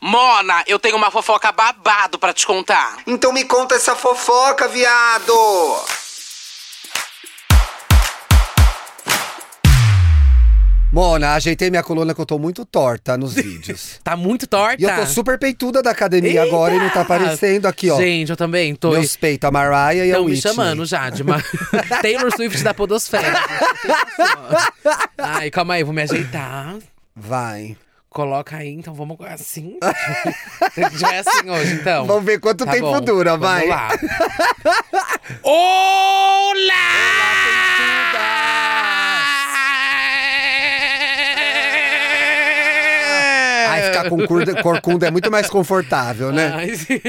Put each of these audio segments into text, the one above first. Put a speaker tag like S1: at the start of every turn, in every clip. S1: Mona, eu tenho uma fofoca babado pra te contar.
S2: Então me conta essa fofoca, viado!
S3: Mona, ajeitei minha coluna que eu tô muito torta nos vídeos.
S4: Tá muito torta.
S3: E eu tô super peituda da academia agora e não tá aparecendo aqui, ó.
S4: Gente, eu também tô.
S3: Meus peitos, a Mariah e a
S4: Estão me
S3: Whitney.
S4: chamando já de uma Taylor Swift da podosfera. Ai, calma aí, vou me ajeitar.
S3: Vai.
S4: Coloca aí, então vamos assim. Já é assim hoje, então.
S3: Vamos ver quanto tempo dura, vai.
S4: Vamos lá. Olá!
S3: Ai, ficar com curda- corcunda é muito mais confortável, né?
S4: Ai, sim.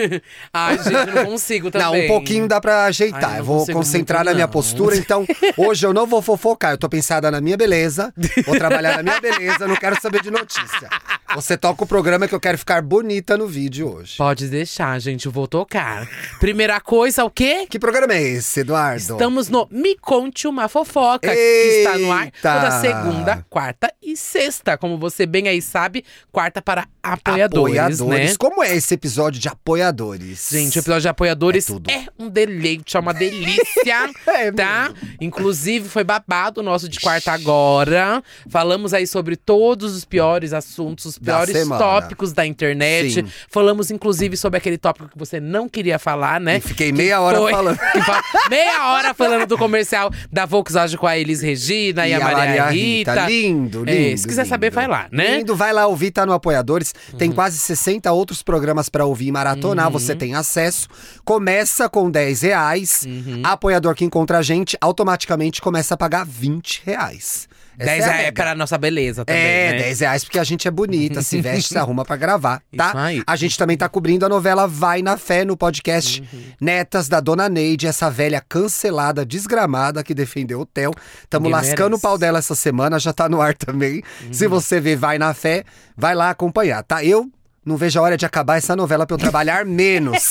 S4: Ai, gente, eu não consigo também.
S3: Não, um pouquinho dá pra
S4: Ai, eu
S3: ajeitar.
S4: não
S3: eu vou
S4: consigo
S3: concentrar
S4: muito,
S3: na minha
S4: não.
S3: postura, então hoje eu não vou fofocar. Eu tô pensada na minha beleza, vou trabalhar na minha beleza, não quero saber de notícia. Você toca o programa que eu quero ficar bonita no vídeo hoje.
S4: Pode deixar, gente, eu vou tocar. Primeira coisa, o quê?
S3: Que programa é esse, Eduardo?
S4: Estamos no Me Conte Uma Fofoca, que está no ar toda
S3: Eita!
S4: segunda, quarta e sexta. Como você bem aí sabe, quarta para apoiadores, né?
S3: Como é esse episódio de apoiadores?
S4: Gente, o episódio de apoiadores
S3: É tudo.
S4: é, um deleite, é uma delícia,
S3: É
S4: tá? Inclusive, foi babado o nosso de quarta agora. Falamos aí sobre todos os piores assuntos, os
S3: Da
S4: piores
S3: semana.
S4: tópicos da internet.
S3: Sim.
S4: Falamos, inclusive, sobre aquele tópico que você não queria falar, né?
S3: E fiquei meia hora
S4: Foi-
S3: falando.
S4: que fa- Meia hora falando do comercial da Volkswagen com a Elis Regina e, a Maria, Rita.
S3: Lindo, lindo.
S4: É, se quiser
S3: lindo.
S4: saber, vai lá, né?
S3: Lindo, vai lá ouvir, tá no Apoiadores. Tem quase 60 outros programas pra ouvir e maratonar, você tem acesso. Começa com 10 reais. Apoiador que encontra a gente, automaticamente começa a pagar 20 reais. Essa
S4: 10
S3: é a
S4: é,
S3: regra.
S4: para a nossa beleza também,
S3: É,
S4: né?
S3: 10 reais porque a gente é bonita, se veste, se arruma pra gravar, tá?
S4: Isso aí.
S3: A gente também tá cobrindo a novela Vai na Fé no podcast
S4: Uhum.
S3: Netas da Dona Neide, essa velha cancelada, desgramada que defendeu o Theo. Tamo
S4: Ninguém
S3: lascando
S4: merece. Uhum.
S3: o pau dela essa semana, já tá no ar também. Se você vê Vai na Fé, vai lá acompanhar, tá? Eu não vejo a hora de acabar essa novela pra eu trabalhar menos.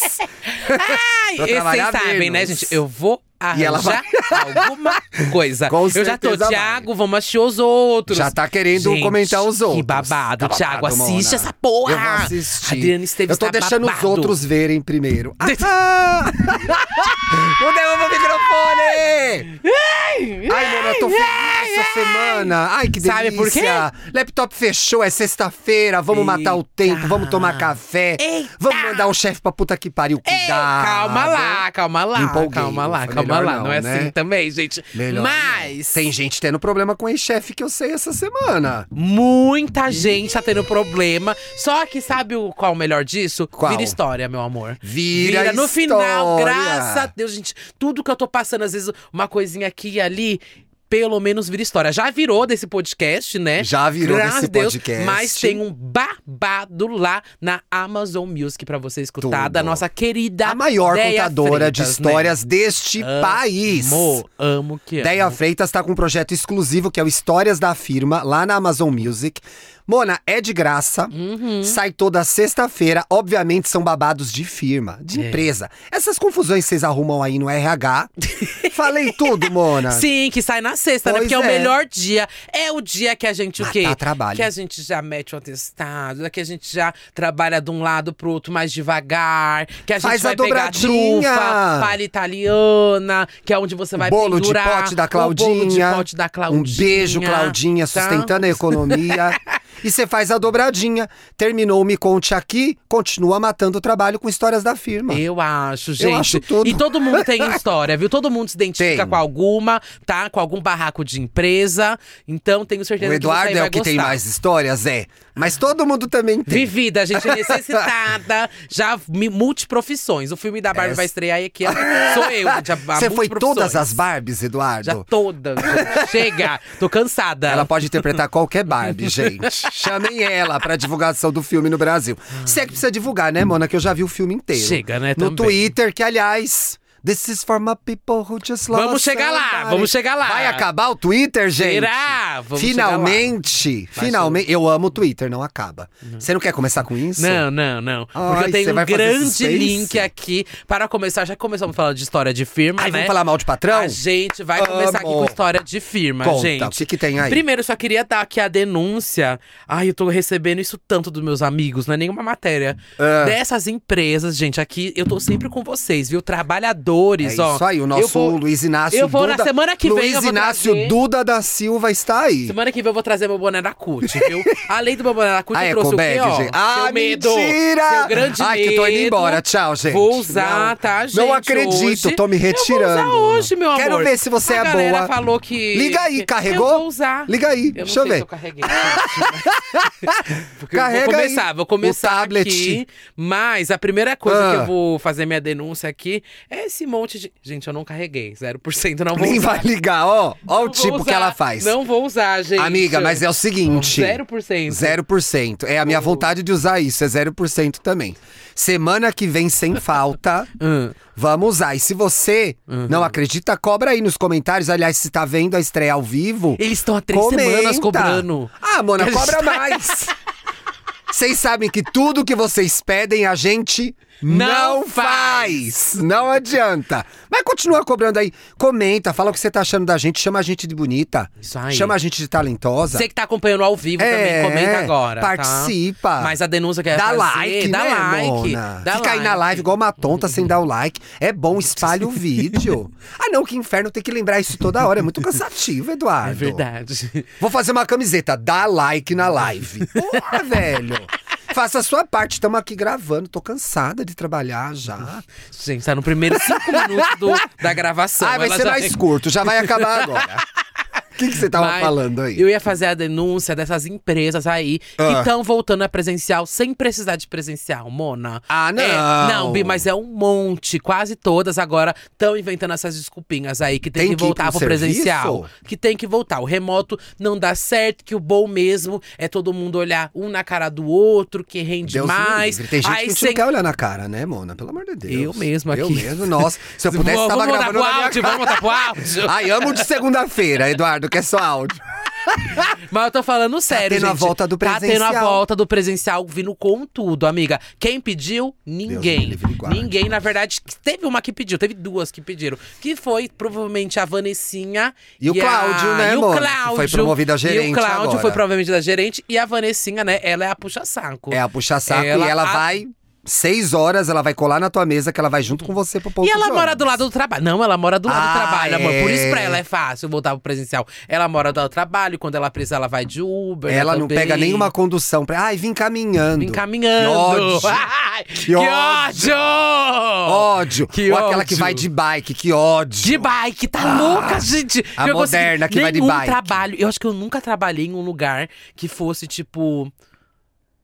S4: Ai,
S3: Pra
S4: e vocês
S3: trabalhar
S4: sabem,
S3: menos.
S4: né, gente? Eu vou
S3: E ela
S4: arranjar alguma coisa.
S3: Com
S4: eu já tô,
S3: certeza vai.
S4: Thiago, vamos assistir os outros.
S3: Já tá querendo
S4: Gente,
S3: comentar os outros.
S4: Que babado,
S3: Tá
S4: Thiago,
S3: babado,
S4: assiste
S3: Mona.
S4: essa porra.
S3: Eu vou assistir.
S4: Adriana Esteves
S3: Eu tô
S4: tá
S3: deixando
S4: babado.
S3: os outros verem primeiro. Ah!
S4: Deixa-
S3: Não derruba o microfone! Ai, mano, eu tô feliz essa semana. Ai, que delícia.
S4: Sabe por quê?
S3: Laptop fechou, é sexta-feira. Vamos matar o tempo,
S4: Eita.
S3: vamos tomar café.
S4: Eita.
S3: Vamos mandar o chefe pra puta que pariu que
S4: Ei,
S3: dá.
S4: calma lá, calma lá,
S3: Me empolguei,
S4: calma lá,
S3: foi
S4: calma
S3: melhor
S4: lá. Não,
S3: não,
S4: é
S3: né?
S4: assim também, gente.
S3: Melhor
S4: Mas
S3: não. Tem gente tendo problema com ex-chefe que eu sei essa semana.
S4: muita gente tá tendo problema. Só que sabe o, qual o melhor disso?
S3: Qual?
S4: Vira história, meu amor.
S3: Vira
S4: no final,
S3: história.
S4: graças a Deus, gente. Tudo que eu tô passando, às vezes, uma coisinha aqui e ali. Pelo menos vira história. Já virou desse podcast, né?
S3: Já virou
S4: Graças
S3: desse
S4: a Deus,
S3: podcast.
S4: Mas tem um babado lá na Amazon Music pra você escutar
S3: Tudo.
S4: da nossa querida.
S3: A maior
S4: Déia
S3: contadora de
S4: Freitas, né?
S3: histórias deste país.
S4: Mo, amo que amo.
S3: Deia Freitas tá com um projeto exclusivo que é o Histórias da Firma, lá na Amazon Music. Mona, é de graça,
S4: Uhum.
S3: sai toda sexta-feira. Obviamente são babados de firma, de
S4: É.
S3: empresa. Essas confusões vocês arrumam aí no RH. Falei tudo, Mona.
S4: Sim, que sai na sexta, né?
S3: Pois
S4: Porque é. o
S3: é.
S4: melhor dia. É o dia que a gente o
S3: Mas tá
S4: quê?
S3: Ah, dá trabalho.
S4: Que a gente já mete o atestado, que a gente já trabalha de um lado pro outro mais devagar, que a gente
S3: Faz a
S4: vai pegar
S3: dobradinha.
S4: trufa, palha italiana, que é onde você vai
S3: bolo de
S4: pendurar
S3: pote da
S4: O bolo de
S3: Claudinha.
S4: pote da Claudinha.
S3: Um beijo, Claudinha,
S4: tá?
S3: sustentando a economia. e você faz a dobradinha. Terminou o Me Conte aqui, continua matando o trabalho com histórias da firma.
S4: Eu acho, gente.
S3: acho tudo.
S4: E todo mundo tem história, viu? Todo mundo se identifica
S3: Tem.
S4: com alguma, tá? Com algum barraco de empresa. Então, tenho certeza
S3: O Eduardo
S4: que você
S3: é
S4: vai
S3: o que tem
S4: gostar.
S3: mais histórias, é. Mas todo mundo também tem.
S4: Vivida, gente é necessitada. já mi- multiprofissões. O filme da Barbie
S3: Essa.
S4: vai estrear e aqui é- sou eu. gente, a- a
S3: Ah, Você foi
S4: multiprofissões.
S3: todas as Barbies,
S4: Já
S3: Eduardo?
S4: todas. gente. Chega, tô cansada.
S3: Ela pode interpretar qualquer Barbie, gente. Chamem ela pra divulgação do filme no Brasil. Se é que precisa divulgar, né, Mona? Que eu já vi o filme inteiro.
S4: Ah. Chega, né,
S3: No
S4: também.
S3: Twitter, que aliás. This is for my people who just love
S4: Vamos chegar lá,
S3: somebody.
S4: vamos chegar lá.
S3: Vai acabar o Twitter, gente?
S4: Será? Vamos chegar lá.
S3: finalmente,
S4: Vai Uhum.
S3: finalmente. Eu amo o Twitter, não acaba. Você não quer começar com isso?
S4: Não, não, não. Porque
S3: Ai,
S4: eu
S3: você
S4: tenho um
S3: vai fazer
S4: grande
S3: suspense?
S4: link aqui para começar. Já começamos falando de história de firma,
S3: Aí
S4: né?
S3: vamos falar mal de patrão?
S4: A gente vai começar aqui com
S3: Amo.
S4: história de firma,
S3: Conta,
S4: gente.
S3: o que que tem aí?
S4: Primeiro, só queria dar aqui a denúncia. Ai, eu tô recebendo isso tanto dos meus amigos, não é nenhuma matéria.
S3: É.
S4: Dessas empresas, gente, aqui eu tô sempre com vocês, viu? Trabalhadores,
S3: É
S4: ó.
S3: isso aí, o
S4: Eu
S3: nosso
S4: vou-
S3: Luiz Inácio
S4: eu vou na
S3: Duda-
S4: semana que vem,
S3: Luiz
S4: eu vou
S3: Inácio
S4: trazer.
S3: Duda da Silva está aí.
S4: Semana que vem eu vou trazer meu boné da CUT, viu? Além do meu boné da CUT,
S3: Ah,
S4: eu
S3: é
S4: trouxe o quê,
S3: comeback,
S4: ó?
S3: gente. Ah,
S4: Seu medo.
S3: mentira!
S4: Seu grande
S3: Ai,
S4: medo.
S3: que tô indo embora. Tchau, gente.
S4: Vou usar,
S3: Não-
S4: tá,
S3: não
S4: gente?
S3: acredito,
S4: hoje.
S3: tô me
S4: Eu
S3: retirando.
S4: vou usar hoje, meu amor.
S3: Quero ver se você
S4: A
S3: é
S4: galera
S3: boa.
S4: falou que...
S3: Liga aí, carregou?
S4: Eu vou usar.
S3: Liga aí,
S4: eu não
S3: deixa eu
S4: sei
S3: ver.
S4: Se eu carreguei. gente. Porque eu
S3: Carrega
S4: vou
S3: aí
S4: começar, vou
S3: o
S4: começar
S3: tablet.
S4: aqui. Mas a primeira coisa
S3: Ah.
S4: que eu vou fazer minha denúncia aqui é esse monte de... Gente, eu não carreguei, 0%, não vou
S3: Nem
S4: usar.
S3: vai ligar, ó. Ó
S4: Não
S3: o
S4: vou
S3: tipo que
S4: usar.
S3: ela faz.
S4: Não vou usar, gente.
S3: Amiga, mas é o seguinte.
S4: 0%.
S3: 0%. É a minha vontade de usar isso, é 0% também. Semana que vem, sem falta,
S4: Hum.
S3: vamos usar. E se você
S4: Uhum.
S3: não acredita, cobra aí nos comentários. Aliás, se tá vendo a estreia ao vivo,
S4: Eles estão há três
S3: comenta.
S4: semanas cobrando.
S3: Ah, Mona,
S4: Eles
S3: cobra
S4: tão-
S3: mais. Vocês sabem que tudo que vocês pedem, a gente
S4: Não
S3: não, faz. Não adianta. Mas continua cobrando aí. Comenta, fala o que você tá achando da gente. Chama a gente de bonita.
S4: Isso aí.
S3: Chama a gente de talentosa. É.
S4: Você que tá acompanhando ao vivo também, comenta agora. tá?
S3: Participa.
S4: Mas a denúncia que eu ia
S3: Dá
S4: fazer,
S3: like,
S4: É dá
S3: né,
S4: like.
S3: Mona?
S4: Dá
S3: Fica aí na
S4: like.
S3: live igual uma tonta sem dar o like. É bom, espalha o vídeo. ah, não, que inferno, tem que lembrar isso toda hora. É muito cansativo, Eduardo.
S4: É verdade.
S3: Vou fazer uma camiseta, dá like na live. Porra, velho. Faça a sua parte, estamos aqui gravando, tô cansada de trabalhar já.
S4: Gente, tá no primeiro cinco minutos do- da gravação.
S3: ah, vai
S4: ela
S3: ser
S4: já-
S3: mais curto, já vai acabar agora. O que que você tava
S4: Mas
S3: falando aí?
S4: Eu ia fazer a denúncia dessas empresas aí que
S3: Ah.
S4: estão voltando a presencial sem precisar de presencial, Mona.
S3: Ah, não.
S4: É, não, Bi, mas é um monte. Quase todas agora estão inventando essas desculpinhas aí que tem,
S3: Tem
S4: que,
S3: que ir
S4: voltar
S3: pro
S4: pro presencial.
S3: serviço?
S4: Que tem que voltar. O remoto não dá certo, que o bom mesmo é todo mundo olhar um na cara do outro, que rende
S3: Deus me
S4: mais.
S3: livre. Tem gente
S4: aí
S3: que
S4: sem
S3: não quer olhar na cara, né, Mona? Pelo amor de Deus.
S4: Eu mesmo
S3: Eu
S4: aqui.
S3: mesmo, nossa. Se eu pudesse,
S4: vamos,
S3: tava
S4: vamos
S3: gravando na
S4: botar pro
S3: minha
S4: áudio,
S3: cara.
S4: vamos botar pro áudio.
S3: Ai, amo de segunda-feira, Eduardo, que é só áudio.
S4: Mas eu tô falando sério,
S3: Tá tendo a
S4: gente.
S3: volta do
S4: Tá tendo a
S3: presencial.
S4: volta do presencial vindo com tudo, amiga. Quem pediu?
S3: Deus me
S4: Ninguém.
S3: livre e guarde.
S4: Ninguém, na verdade, teve uma que pediu, teve duas que pediram. Que foi provavelmente a Vanessinha
S3: E o
S4: a-
S3: Cláudio, né,
S4: e o
S3: Mona? Que
S4: Cláudio.
S3: foi promovida
S4: E
S3: a
S4: o
S3: gerente
S4: Cláudio
S3: agora.
S4: foi provavelmente da gerente e a Vanessinha, né, ela é a puxa-saco.
S3: É a puxa-saco
S4: Ela-
S3: e ela
S4: a-
S3: vai. Seis horas, ela vai colar na tua mesa, que ela vai junto com você pro ponto
S4: E ela
S3: de
S4: mora
S3: ônibus.
S4: do lado do trabalho. Não, ela mora do lado
S3: Ah,
S4: do trabalho, amor. Por isso
S3: é.
S4: pra ela é fácil voltar pro presencial. Ela mora do lado do trabalho, quando ela precisa, ela vai de Uber. né,
S3: Ela não
S4: também.
S3: pega nenhuma condução pra. Ai, vim caminhando.
S4: Vim caminhando.
S3: Que ódio.
S4: Ai, que, ódio!
S3: ódio. Ódio.
S4: Que
S3: Ou aquela que
S4: ódio.
S3: vai de bike, que ódio.
S4: De bike, tá louca, gente!
S3: Ah. a
S4: Eu consegui-
S3: moderna que vai de
S4: nenhum
S3: bike.
S4: trabalho. Eu acho que eu nunca trabalhei em um lugar que fosse, tipo,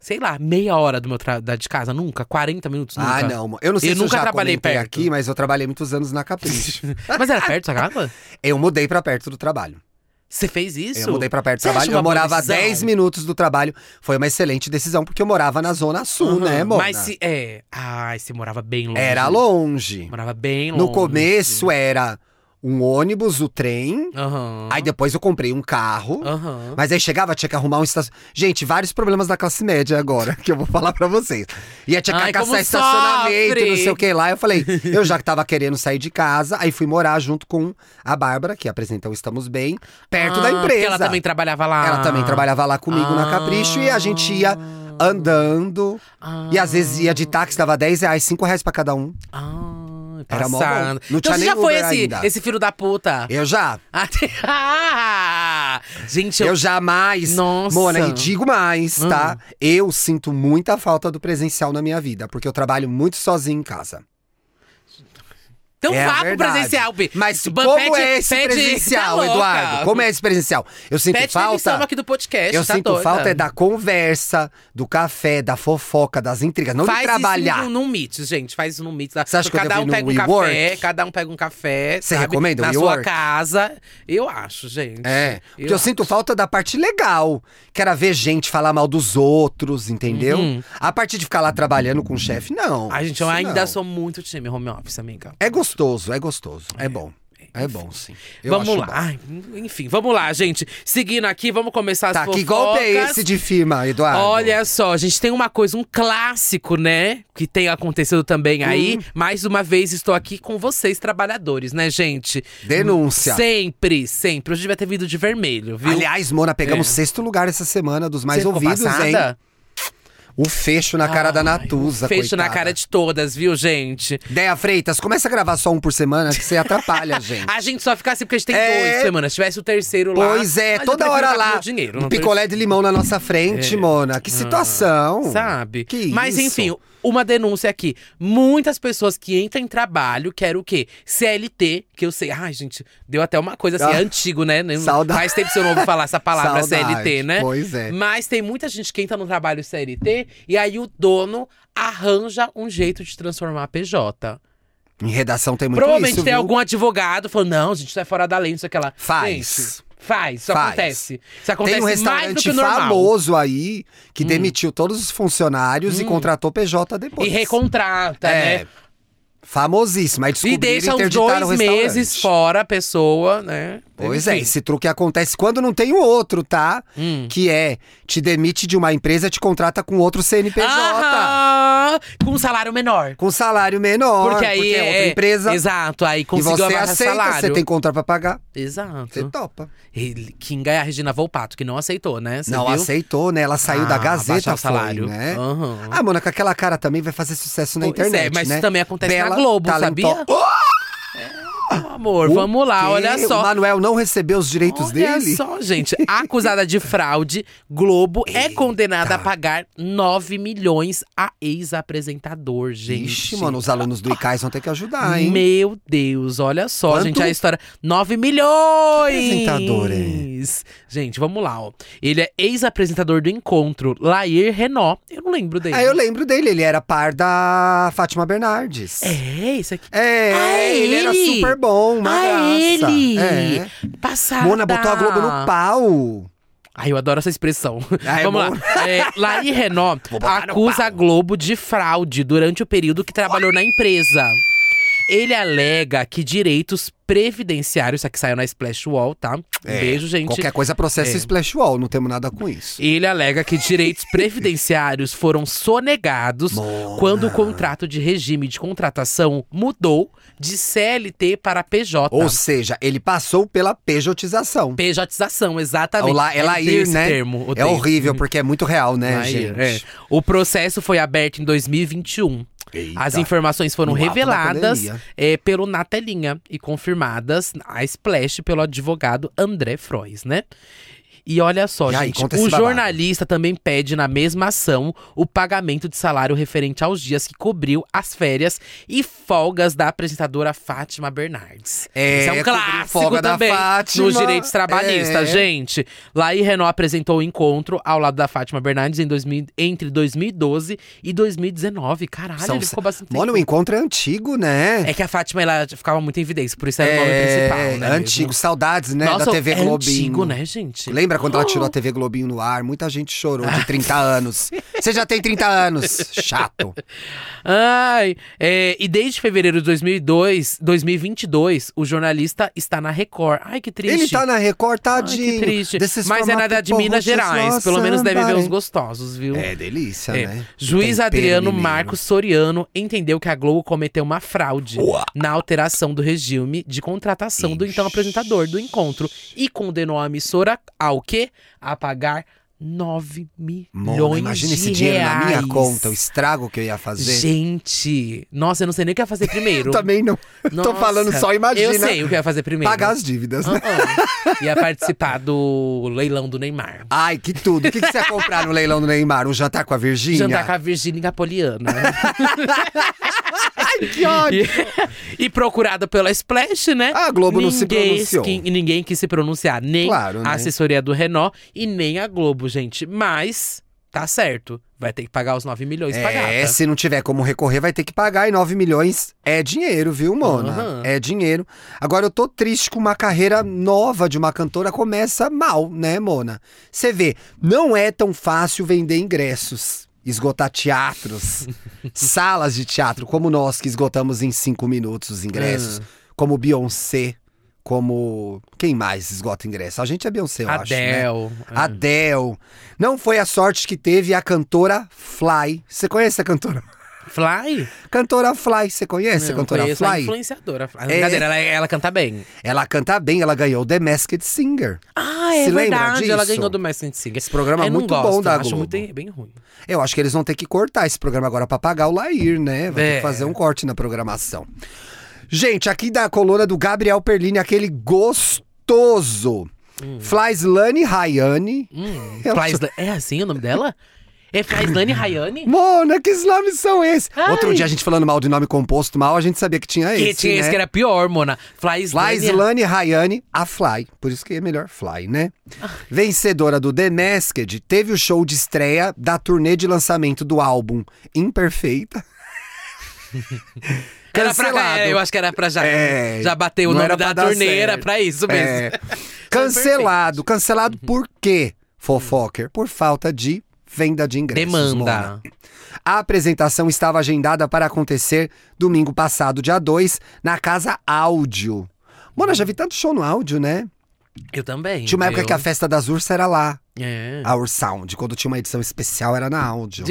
S4: sei lá, meia hora do meu tra- da de casa. Nunca. 40 minutos, nunca.
S3: Ah, não. mo- Eu não sei
S4: Eu
S3: se
S4: nunca
S3: eu já
S4: trabalhei
S3: comentei
S4: perto.
S3: aqui, mas eu trabalhei muitos anos na Capricho.
S4: Mas era perto essa casa?
S3: eu mudei pra perto do trabalho.
S4: Você fez isso?
S3: Eu mudei pra perto do
S4: Você acha
S3: trabalho. Eu
S4: uma boa
S3: morava a
S4: decisão?
S3: 10 minutos do trabalho. Foi uma excelente decisão, porque eu morava na Zona Sul,
S4: Uhum.
S3: né, Mona?
S4: Mas se. É. Ai, você morava bem longe.
S3: Era longe.
S4: Morava bem longe.
S3: No começo era um ônibus, o trem.
S4: Aham.
S3: Aí depois eu comprei um carro.
S4: Aham.
S3: Mas aí chegava, tinha que arrumar um estacionamento. Gente, vários problemas da classe média agora, que eu vou falar pra vocês. E aí tinha que
S4: Ai, como
S3: caçar estacionamento,
S4: sofre!
S3: não sei o que lá. Eu falei, eu já que tava querendo sair de casa, aí fui morar junto com a Bárbara, que apresenta o Estamos Bem, perto
S4: Ah,
S3: da
S4: porque
S3: empresa.
S4: Ela também trabalhava lá.
S3: Ela também trabalhava lá comigo na Capricho e a gente ia andando.
S4: Ah.
S3: E às vezes ia de táxi, dava 10 reais, 5 reais pra cada um.
S4: Ah,
S3: Era mó
S4: passado.
S3: bom. Não
S4: então
S3: tinha
S4: você
S3: nem
S4: já foi
S3: Uber
S4: esse,
S3: ainda.
S4: esse filho da puta.
S3: Eu já.
S4: Ah, Gente, eu...
S3: Eu jamais.
S4: Nossa. Ah.
S3: Mona, e digo mais, tá? Eu sinto muita falta do presencial na minha vida, porque eu trabalho muito sozinho em casa.
S4: então
S3: É a
S4: vá pro
S3: verdade.
S4: presencial, Bi.
S3: Mas
S4: Ban-
S3: como
S4: pede-
S3: é esse
S4: pede-
S3: presencial,
S4: tá louca.
S3: Eduardo? Como é esse presencial? Eu sinto
S4: Pede
S3: falta.
S4: demissão aqui do podcast,
S3: eu
S4: tá
S3: sinto
S4: doida?
S3: falta é da conversa, do café, da fofoca, das intrigas, não
S4: Faz
S3: de trabalhar.
S4: isso num, num Meet, gente. Faz isso num Meet. lá.
S3: Você acha que eu
S4: cada
S3: devo
S4: um
S3: ir no
S4: pega um café,
S3: WeWork?
S4: cada um pega um café.
S3: Você
S4: sabe?
S3: recomenda o
S4: Na sua
S3: WeWork?
S4: casa. Eu acho, gente.
S3: É, porque eu,
S4: acho.
S3: sinto falta da parte legal, que era ver gente falar mal dos outros, entendeu?
S4: Uhum.
S3: A parte de ficar lá trabalhando com o chefe, não.
S4: Ai, gente,
S3: Isso
S4: eu ainda
S3: não.
S4: sou muito time home office, amiga.
S3: É gostoso, é gostoso. É bom. É bom, sim. Eu
S4: vamos
S3: acho
S4: lá.
S3: bom.
S4: Ai, enfim, vamos lá, gente. Seguindo aqui, vamos começar as
S3: Tá,
S4: fofocas.
S3: que golpe é esse de firma, Eduardo?
S4: Olha só, a gente tem uma coisa, um clássico, né? Que tem acontecido também
S3: Hum.
S4: aí. Mais uma vez estou aqui com vocês, trabalhadores, né, gente?
S3: Denúncia.
S4: Sempre, sempre. Hoje devia ter vindo de vermelho, viu?
S3: Aliás, Mona, pegamos
S4: É.
S3: sexto lugar essa semana dos mais
S4: Você ficou
S3: ouvidos, hein?
S4: passada?
S3: O fecho na cara da
S4: Ai,
S3: Natuza,
S4: Fecho
S3: coitada.
S4: na cara de todas, viu, gente?
S3: Deia Freitas, começa a gravar só um por semana que você atrapalha, a gente.
S4: A gente só fica assim porque a gente tem
S3: É.
S4: dois semanas. Se tivesse o terceiro lá.
S3: Pois é,
S4: mas eu
S3: toda
S4: prefiro
S3: hora
S4: tá com
S3: lá.
S4: meu Dinheiro,
S3: um
S4: não É.
S3: picolé de limão na nossa frente, Mona.
S4: Ah,
S3: Que situação.
S4: Sabe?
S3: Que
S4: Mas
S3: isso?
S4: enfim, uma denúncia aqui. Muitas pessoas que entram em trabalho querem o quê? CLT, que eu sei. Ai, gente, deu até uma coisa assim,
S3: Ah.
S4: é antigo, né? Nem-
S3: Saudade.
S4: Faz tempo que eu não ouvi falar essa palavra
S3: Saudade,
S4: CLT, né?
S3: pois é.
S4: Mas tem muita gente que entra no trabalho CLT e aí o dono arranja um jeito de transformar a PJ.
S3: Em redação tem muito
S4: Provavelmente
S3: isso,
S4: tem
S3: viu?
S4: algum advogado falando, não, gente, isso é fora da lei, não sei o que lá.
S3: Faz.
S4: Gente, faz, isso
S3: Faz.
S4: acontece. Isso acontece
S3: Tem um
S4: mais do que
S3: restaurante
S4: o normal. Hum.
S3: famoso aí que demitiu todos os funcionários e contratou PJ depois.
S4: E recontrata,
S3: É,
S4: né?
S3: Famosíssimo. Aí
S4: E
S3: descobriram
S4: deixa uns
S3: interditaram o
S4: dois
S3: restaurante.
S4: meses fora a pessoa, né?
S3: Pois é,
S4: Enfim.
S3: esse truque acontece quando não tem o outro, tá?
S4: Hum.
S3: Que é, te demite de uma empresa, te contrata com outro CNPJ.
S4: Ah! Aham, com um salário menor.
S3: Com salário menor,
S4: Porque aí
S3: é outra
S4: é-
S3: empresa.
S4: Exato, aí
S3: E
S4: conseguiu
S3: você
S4: abaixar
S3: aceita,
S4: salário.
S3: você tem contrato pra pagar, você
S4: Exato.
S3: topa.
S4: E Kinga é a Regina Volpato, que não aceitou, né? Você
S3: não
S4: viu?
S3: aceitou, né? Ela saiu da
S4: Ah,
S3: Gazeta,
S4: abaixar
S3: foi,
S4: o salário.
S3: né?
S4: Aham.
S3: Ah, mano, com aquela cara também vai fazer sucesso na
S4: Pois
S3: internet,
S4: é, mas
S3: né?
S4: isso também acontece
S3: Bela,
S4: na Globo,
S3: talento-
S4: sabia? Meu amor,
S3: O
S4: vamos lá,
S3: quê?
S4: olha
S3: O
S4: só.
S3: Manuel não recebeu os direitos
S4: Olha
S3: dele?
S4: só, gente. Acusada de fraude, Globo é condenada a pagar 9 milhões a ex-apresentador, gente.
S3: Ixi, mano, os alunos do ICAIS vão ter que ajudar, hein?
S4: Meu Deus, olha só,
S3: Quanto?
S4: gente, a história. 9 milhões!
S3: Apresentador,
S4: Gente, vamos lá, ó. Ele é ex-apresentador do encontro, Lair Renault. Eu não lembro dele.
S3: Ah, eu lembro dele, ele era par da Fátima Bernardes.
S4: É, isso aqui.
S3: É,
S4: Ah, é
S3: ele, era
S4: ele?
S3: super bom, uma
S4: ah,
S3: graça.
S4: ele! Ah, tá.
S3: É.
S4: Passada!
S3: Mona botou a Globo no pau.
S4: Ai, eu adoro essa expressão.
S3: Ah, é
S4: Vamos
S3: bom.
S4: lá. É, Laí Renault
S3: botar no
S4: acusa
S3: pau.
S4: a Globo de fraude durante o período que trabalhou na empresa. Ele alega que direitos previdenciários, isso aqui saiu na Splash Wall, tá? Um
S3: É,
S4: Beijo, gente.
S3: Qualquer coisa processa
S4: É.
S3: o Splash Wall, não temos nada com isso.
S4: Ele alega que direitos previdenciários foram sonegados
S3: Mona.
S4: quando o contrato de regime de contratação mudou de CLT para PJ.
S3: Ou seja, ele passou pela pejotização.
S4: PJização, exatamente.
S3: Ou lá, é
S4: Odeio
S3: Lair,
S4: esse
S3: né?
S4: termo,
S3: é
S4: odeio.
S3: horrível, porque é muito real, né,
S4: Lair,
S3: gente?
S4: é. O processo foi aberto em 2021.
S3: Eita.
S4: As informações foram
S3: No ato da
S4: reveladas
S3: pandemia.
S4: é, pelo Natelinha e confirmadas a Splash pelo advogado André Frois, né? E olha só,
S3: E aí,
S4: gente,
S3: conta esse
S4: o
S3: babado.
S4: jornalista também pede na mesma ação o pagamento de salário referente aos dias que cobriu as férias e folgas da apresentadora Fátima Bernardes.
S3: É,
S4: Isso é um
S3: cobrir
S4: clássico
S3: folga da
S4: também
S3: Fátima,
S4: nos direitos trabalhistas,
S3: é.
S4: gente. Laí Renault apresentou o encontro ao lado da Fátima Bernardes em 2000 entre 2012 e 2019. Caralho,
S3: São-
S4: ele ficou bastante
S3: Mano, o
S4: tempo.
S3: encontro é antigo, né?
S4: É que a Fátima, ela ficava muito em evidência, por isso era o nome principal, né? mesmo?
S3: É, antigo, saudades, né,
S4: Nossa,
S3: da TV
S4: é
S3: Globinho.
S4: antigo, né, gente? Ah.
S3: Lembra quando ela tirou a TV Globinho no ar? Muita gente chorou de 30 anos. Você já tem 30 anos. Chato.
S4: Ai, é, e desde fevereiro de 2002, 2022, o jornalista está na Record. Ai, que triste.
S3: Ele tá na Record,
S4: Ai,
S3: tadinho.
S4: que triste.
S3: Desses
S4: Mas é
S3: formatos
S4: nada de
S3: porros,
S4: Minas Gerais.
S3: nossa,
S4: Pelo menos deve ver
S3: vai.
S4: uns gostosos, viu?
S3: É, delícia,
S4: É.
S3: né?
S4: Juiz
S3: Tempero
S4: Adriano
S3: mineiro.
S4: Marcos Soriano entendeu que a Globo cometeu uma fraude
S3: Uá.
S4: na alteração do regime de contratação do então apresentador do encontro e condenou a emissora ao quê? A pagar 9 milhões
S3: Mona, imagina
S4: de
S3: esse dinheiro na minha
S4: reais.
S3: conta, o estrago que eu ia fazer.
S4: Gente, nossa, eu não sei nem o que eu ia fazer primeiro.
S3: Tá, Eu também não.
S4: Nossa,
S3: Tô falando só imagina.
S4: Eu sei o que eu ia fazer primeiro.
S3: Pagar as dívidas, né?
S4: Ah, ah. Ia participar do leilão do Neymar.
S3: Ai, que tudo. O que, que você ia comprar no leilão do Neymar? Um jantar com a Virgínia?
S4: Jantar com a Virgínia Napoliana.
S3: Ai, que ódio.
S4: E, e procurada pela Splash, né?
S3: A Globo não se pronunciou.
S4: que- e ninguém quis se pronunciar, nem
S3: Claro, né?
S4: a assessoria do Renault e nem a Globo, gente. Mas tá certo, vai ter que pagar os 9 milhões pra gata.
S3: É, se não tiver como recorrer, vai ter que pagar. E 9 milhões é dinheiro, viu, Mona?
S4: Aham.
S3: É dinheiro. Agora, eu tô triste com uma carreira nova de uma cantora começa mal, né, Mona? Você vê, não é tão fácil vender ingressos. esgotar teatros, salas de teatro, como nós que esgotamos em cinco minutos os ingressos,
S4: Ah.
S3: como Beyoncé, como. Quem mais esgota ingresso? A gente é Beyoncé, eu acho. Né?
S4: Adele. é.
S3: Adele. Não foi a sorte que teve a cantora Fly. Você conhece a cantora?
S4: Fly?
S3: Cantora Fly, você conhece a
S4: Não,
S3: cantora
S4: conheço a
S3: Fly?
S4: influenciadora. Fly.
S3: É.
S4: Brincadeira, ela, ela canta bem.
S3: Ela canta bem, ela ganhou The Masked Singer.
S4: Ah, é
S3: Se lembra
S4: verdade. Ela
S3: disso?
S4: ganhou do Masked Singer. Esse
S3: programa muito bom da
S4: acho
S3: Globo.
S4: muito bem, bem ruim.
S3: Eu acho que eles vão ter que cortar esse programa agora pra pagar o Lair, né? Vai ter
S4: É.
S3: que fazer um corte na programação. Gente, aqui da coluna do Gabriel Perlini, aquele gostoso.
S4: Hum.
S3: Flyslane Rayane. Eu
S4: Fly
S3: acho-
S4: Sla- É assim o nome dela? É Flyslane Rayane?
S3: Mona, que nomes são esses?
S4: Ai.
S3: Outro dia a gente falando mal de nome composto mal, a gente sabia que tinha esse,
S4: Que tinha
S3: né?
S4: esse que era pior, Mona. Flyslane.
S3: Laislane Rayane, a Fly. Por isso que é melhor Fly, né?
S4: Ah.
S3: Vencedora do The Masked, teve o show de estreia da turnê de lançamento do álbum Imperfeita.
S4: Era pra cá, eu acho que era pra já,
S3: É,
S4: já bater o
S3: não
S4: nome
S3: era pra
S4: da
S3: dar
S4: torneira
S3: certo.
S4: pra isso mesmo. Uhum.
S3: É. Cancelado. Cancelado por quê, fofocker? Por falta de venda de ingressos. Mona.
S4: Demanda.
S3: A apresentação estava agendada para acontecer domingo passado, dia 2, na Casa Áudio. Mona, já vi tanto show no áudio, né?
S4: Eu também.
S3: Tinha uma época
S4: viu?
S3: que a festa das ursas era lá.
S4: É.
S3: A Ursound. Quando tinha uma edição especial, era na áudio.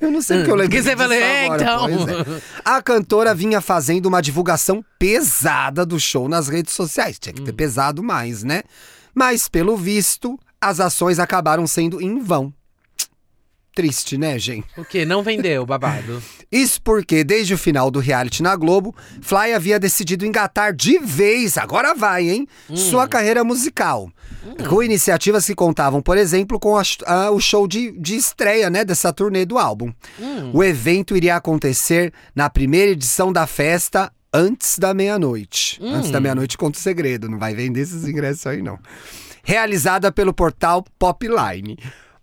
S3: Eu não sei porque eu
S4: Hum,
S3: lembrei
S4: que você
S3: disso
S4: falou, é,
S3: agora,
S4: então.
S3: pois é. A cantora vinha fazendo uma divulgação pesada do show nas redes sociais. Tinha que
S4: Hum.
S3: ter pesado mais, né? Mas, pelo visto, as ações acabaram sendo em vão. Triste, né, gente?
S4: O quê? Não vendeu, babado.
S3: Isso porque, desde o final do reality na Globo, Fly havia decidido engatar de vez, agora vai, hein? Sua carreira musical. Com iniciativas que contavam, por exemplo, com a ch- ah, o show de, de estreia, né? Dessa turnê do álbum.
S4: Hum,
S3: O evento iria acontecer na primeira edição da festa. Antes da meia-noite. Antes da meia-noite, conta o segredo. Não vai vender esses ingressos aí, não. Realizada pelo portal Popline.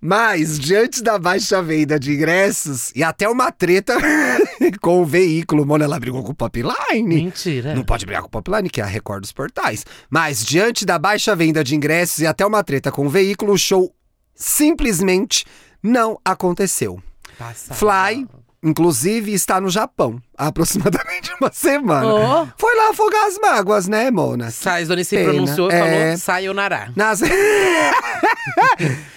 S3: Mas, diante da baixa venda de ingressos e até uma treta com o veículo, Mona, ela brigou com o Popline.
S4: Mentira.
S3: Não pode brigar com o Popline, que é a Record dos Portais. Mas, diante da baixa venda de ingressos e até uma treta com o veículo, o show simplesmente não aconteceu.
S4: Passa.
S3: Fly, inclusive, está no Japão há aproximadamente uma semana.
S4: Ó.
S3: Foi lá afogar as mágoas, né, Mona?
S4: Sais, Doni se
S3: Pena.
S4: pronunciou e
S3: É.
S4: falou sayonara.
S3: Nas...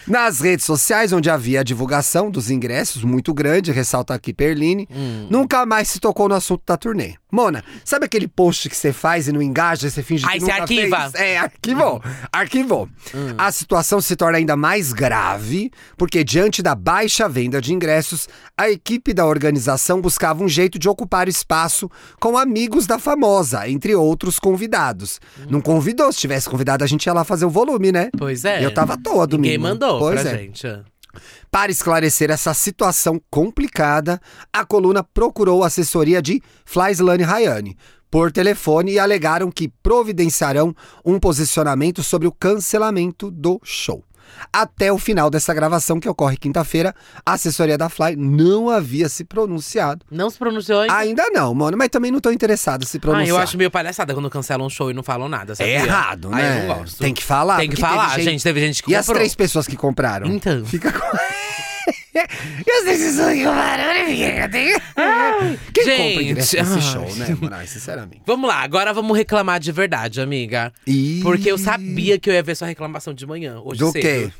S3: Nas redes sociais, onde havia a divulgação dos ingressos, muito grande, ressalta aqui Perline,
S4: Hum,
S3: nunca mais se tocou no assunto da turnê. Mona, sabe aquele post que você faz e não engaja, você finge
S4: Aí
S3: que
S4: você
S3: nunca
S4: arquiva. Hum.
S3: fez? É, arquivou, arquivou. A situação se torna ainda mais grave, porque diante da baixa venda de ingressos, a equipe da organização buscava um jeito de ocupar espaço com amigos da famosa, entre outros convidados.
S4: Hum.
S3: Não convidou, se tivesse convidado a gente ia lá fazer o volume, né?
S4: Pois é.
S3: E Eu tava todo domingo.
S4: Ninguém mandou
S3: pois
S4: pra
S3: é.
S4: gente. ó.
S3: Para esclarecer essa situação complicada, a coluna procurou a assessoria de Flyslane Rayane por telefone e alegaram que providenciarão um posicionamento sobre o cancelamento do show. Até o final dessa gravação, que ocorre quinta-feira, a assessoria da Fly não havia se pronunciado.
S4: Não se pronunciou ainda.
S3: Ainda não, mano, mas também não tô interessado em se
S4: Ah,
S3: pronunciar.
S4: eu acho meio palhaçada quando cancelam um show e não falam nada, sabia?
S3: É errado, né?
S4: Aí eu não gosto.
S3: Tem que falar.
S4: Tem que
S3: porque teve
S4: falar, gente... Teve gente que
S3: E as
S4: comprou.
S3: três pessoas que compraram?
S4: Então.
S3: Fica com. Eu sei se sou eu,
S4: né,
S3: barulho, fica- Quem compra
S4: gente,
S3: ingresso nesse
S4: ai.
S3: show, né, Moraes? Sinceramente.
S4: Vamos lá, agora vamos reclamar de verdade, amiga.
S3: Ih.
S4: Porque eu sabia que eu ia ver sua reclamação de manhã, hoje
S3: Do
S4: cedo.
S3: quê?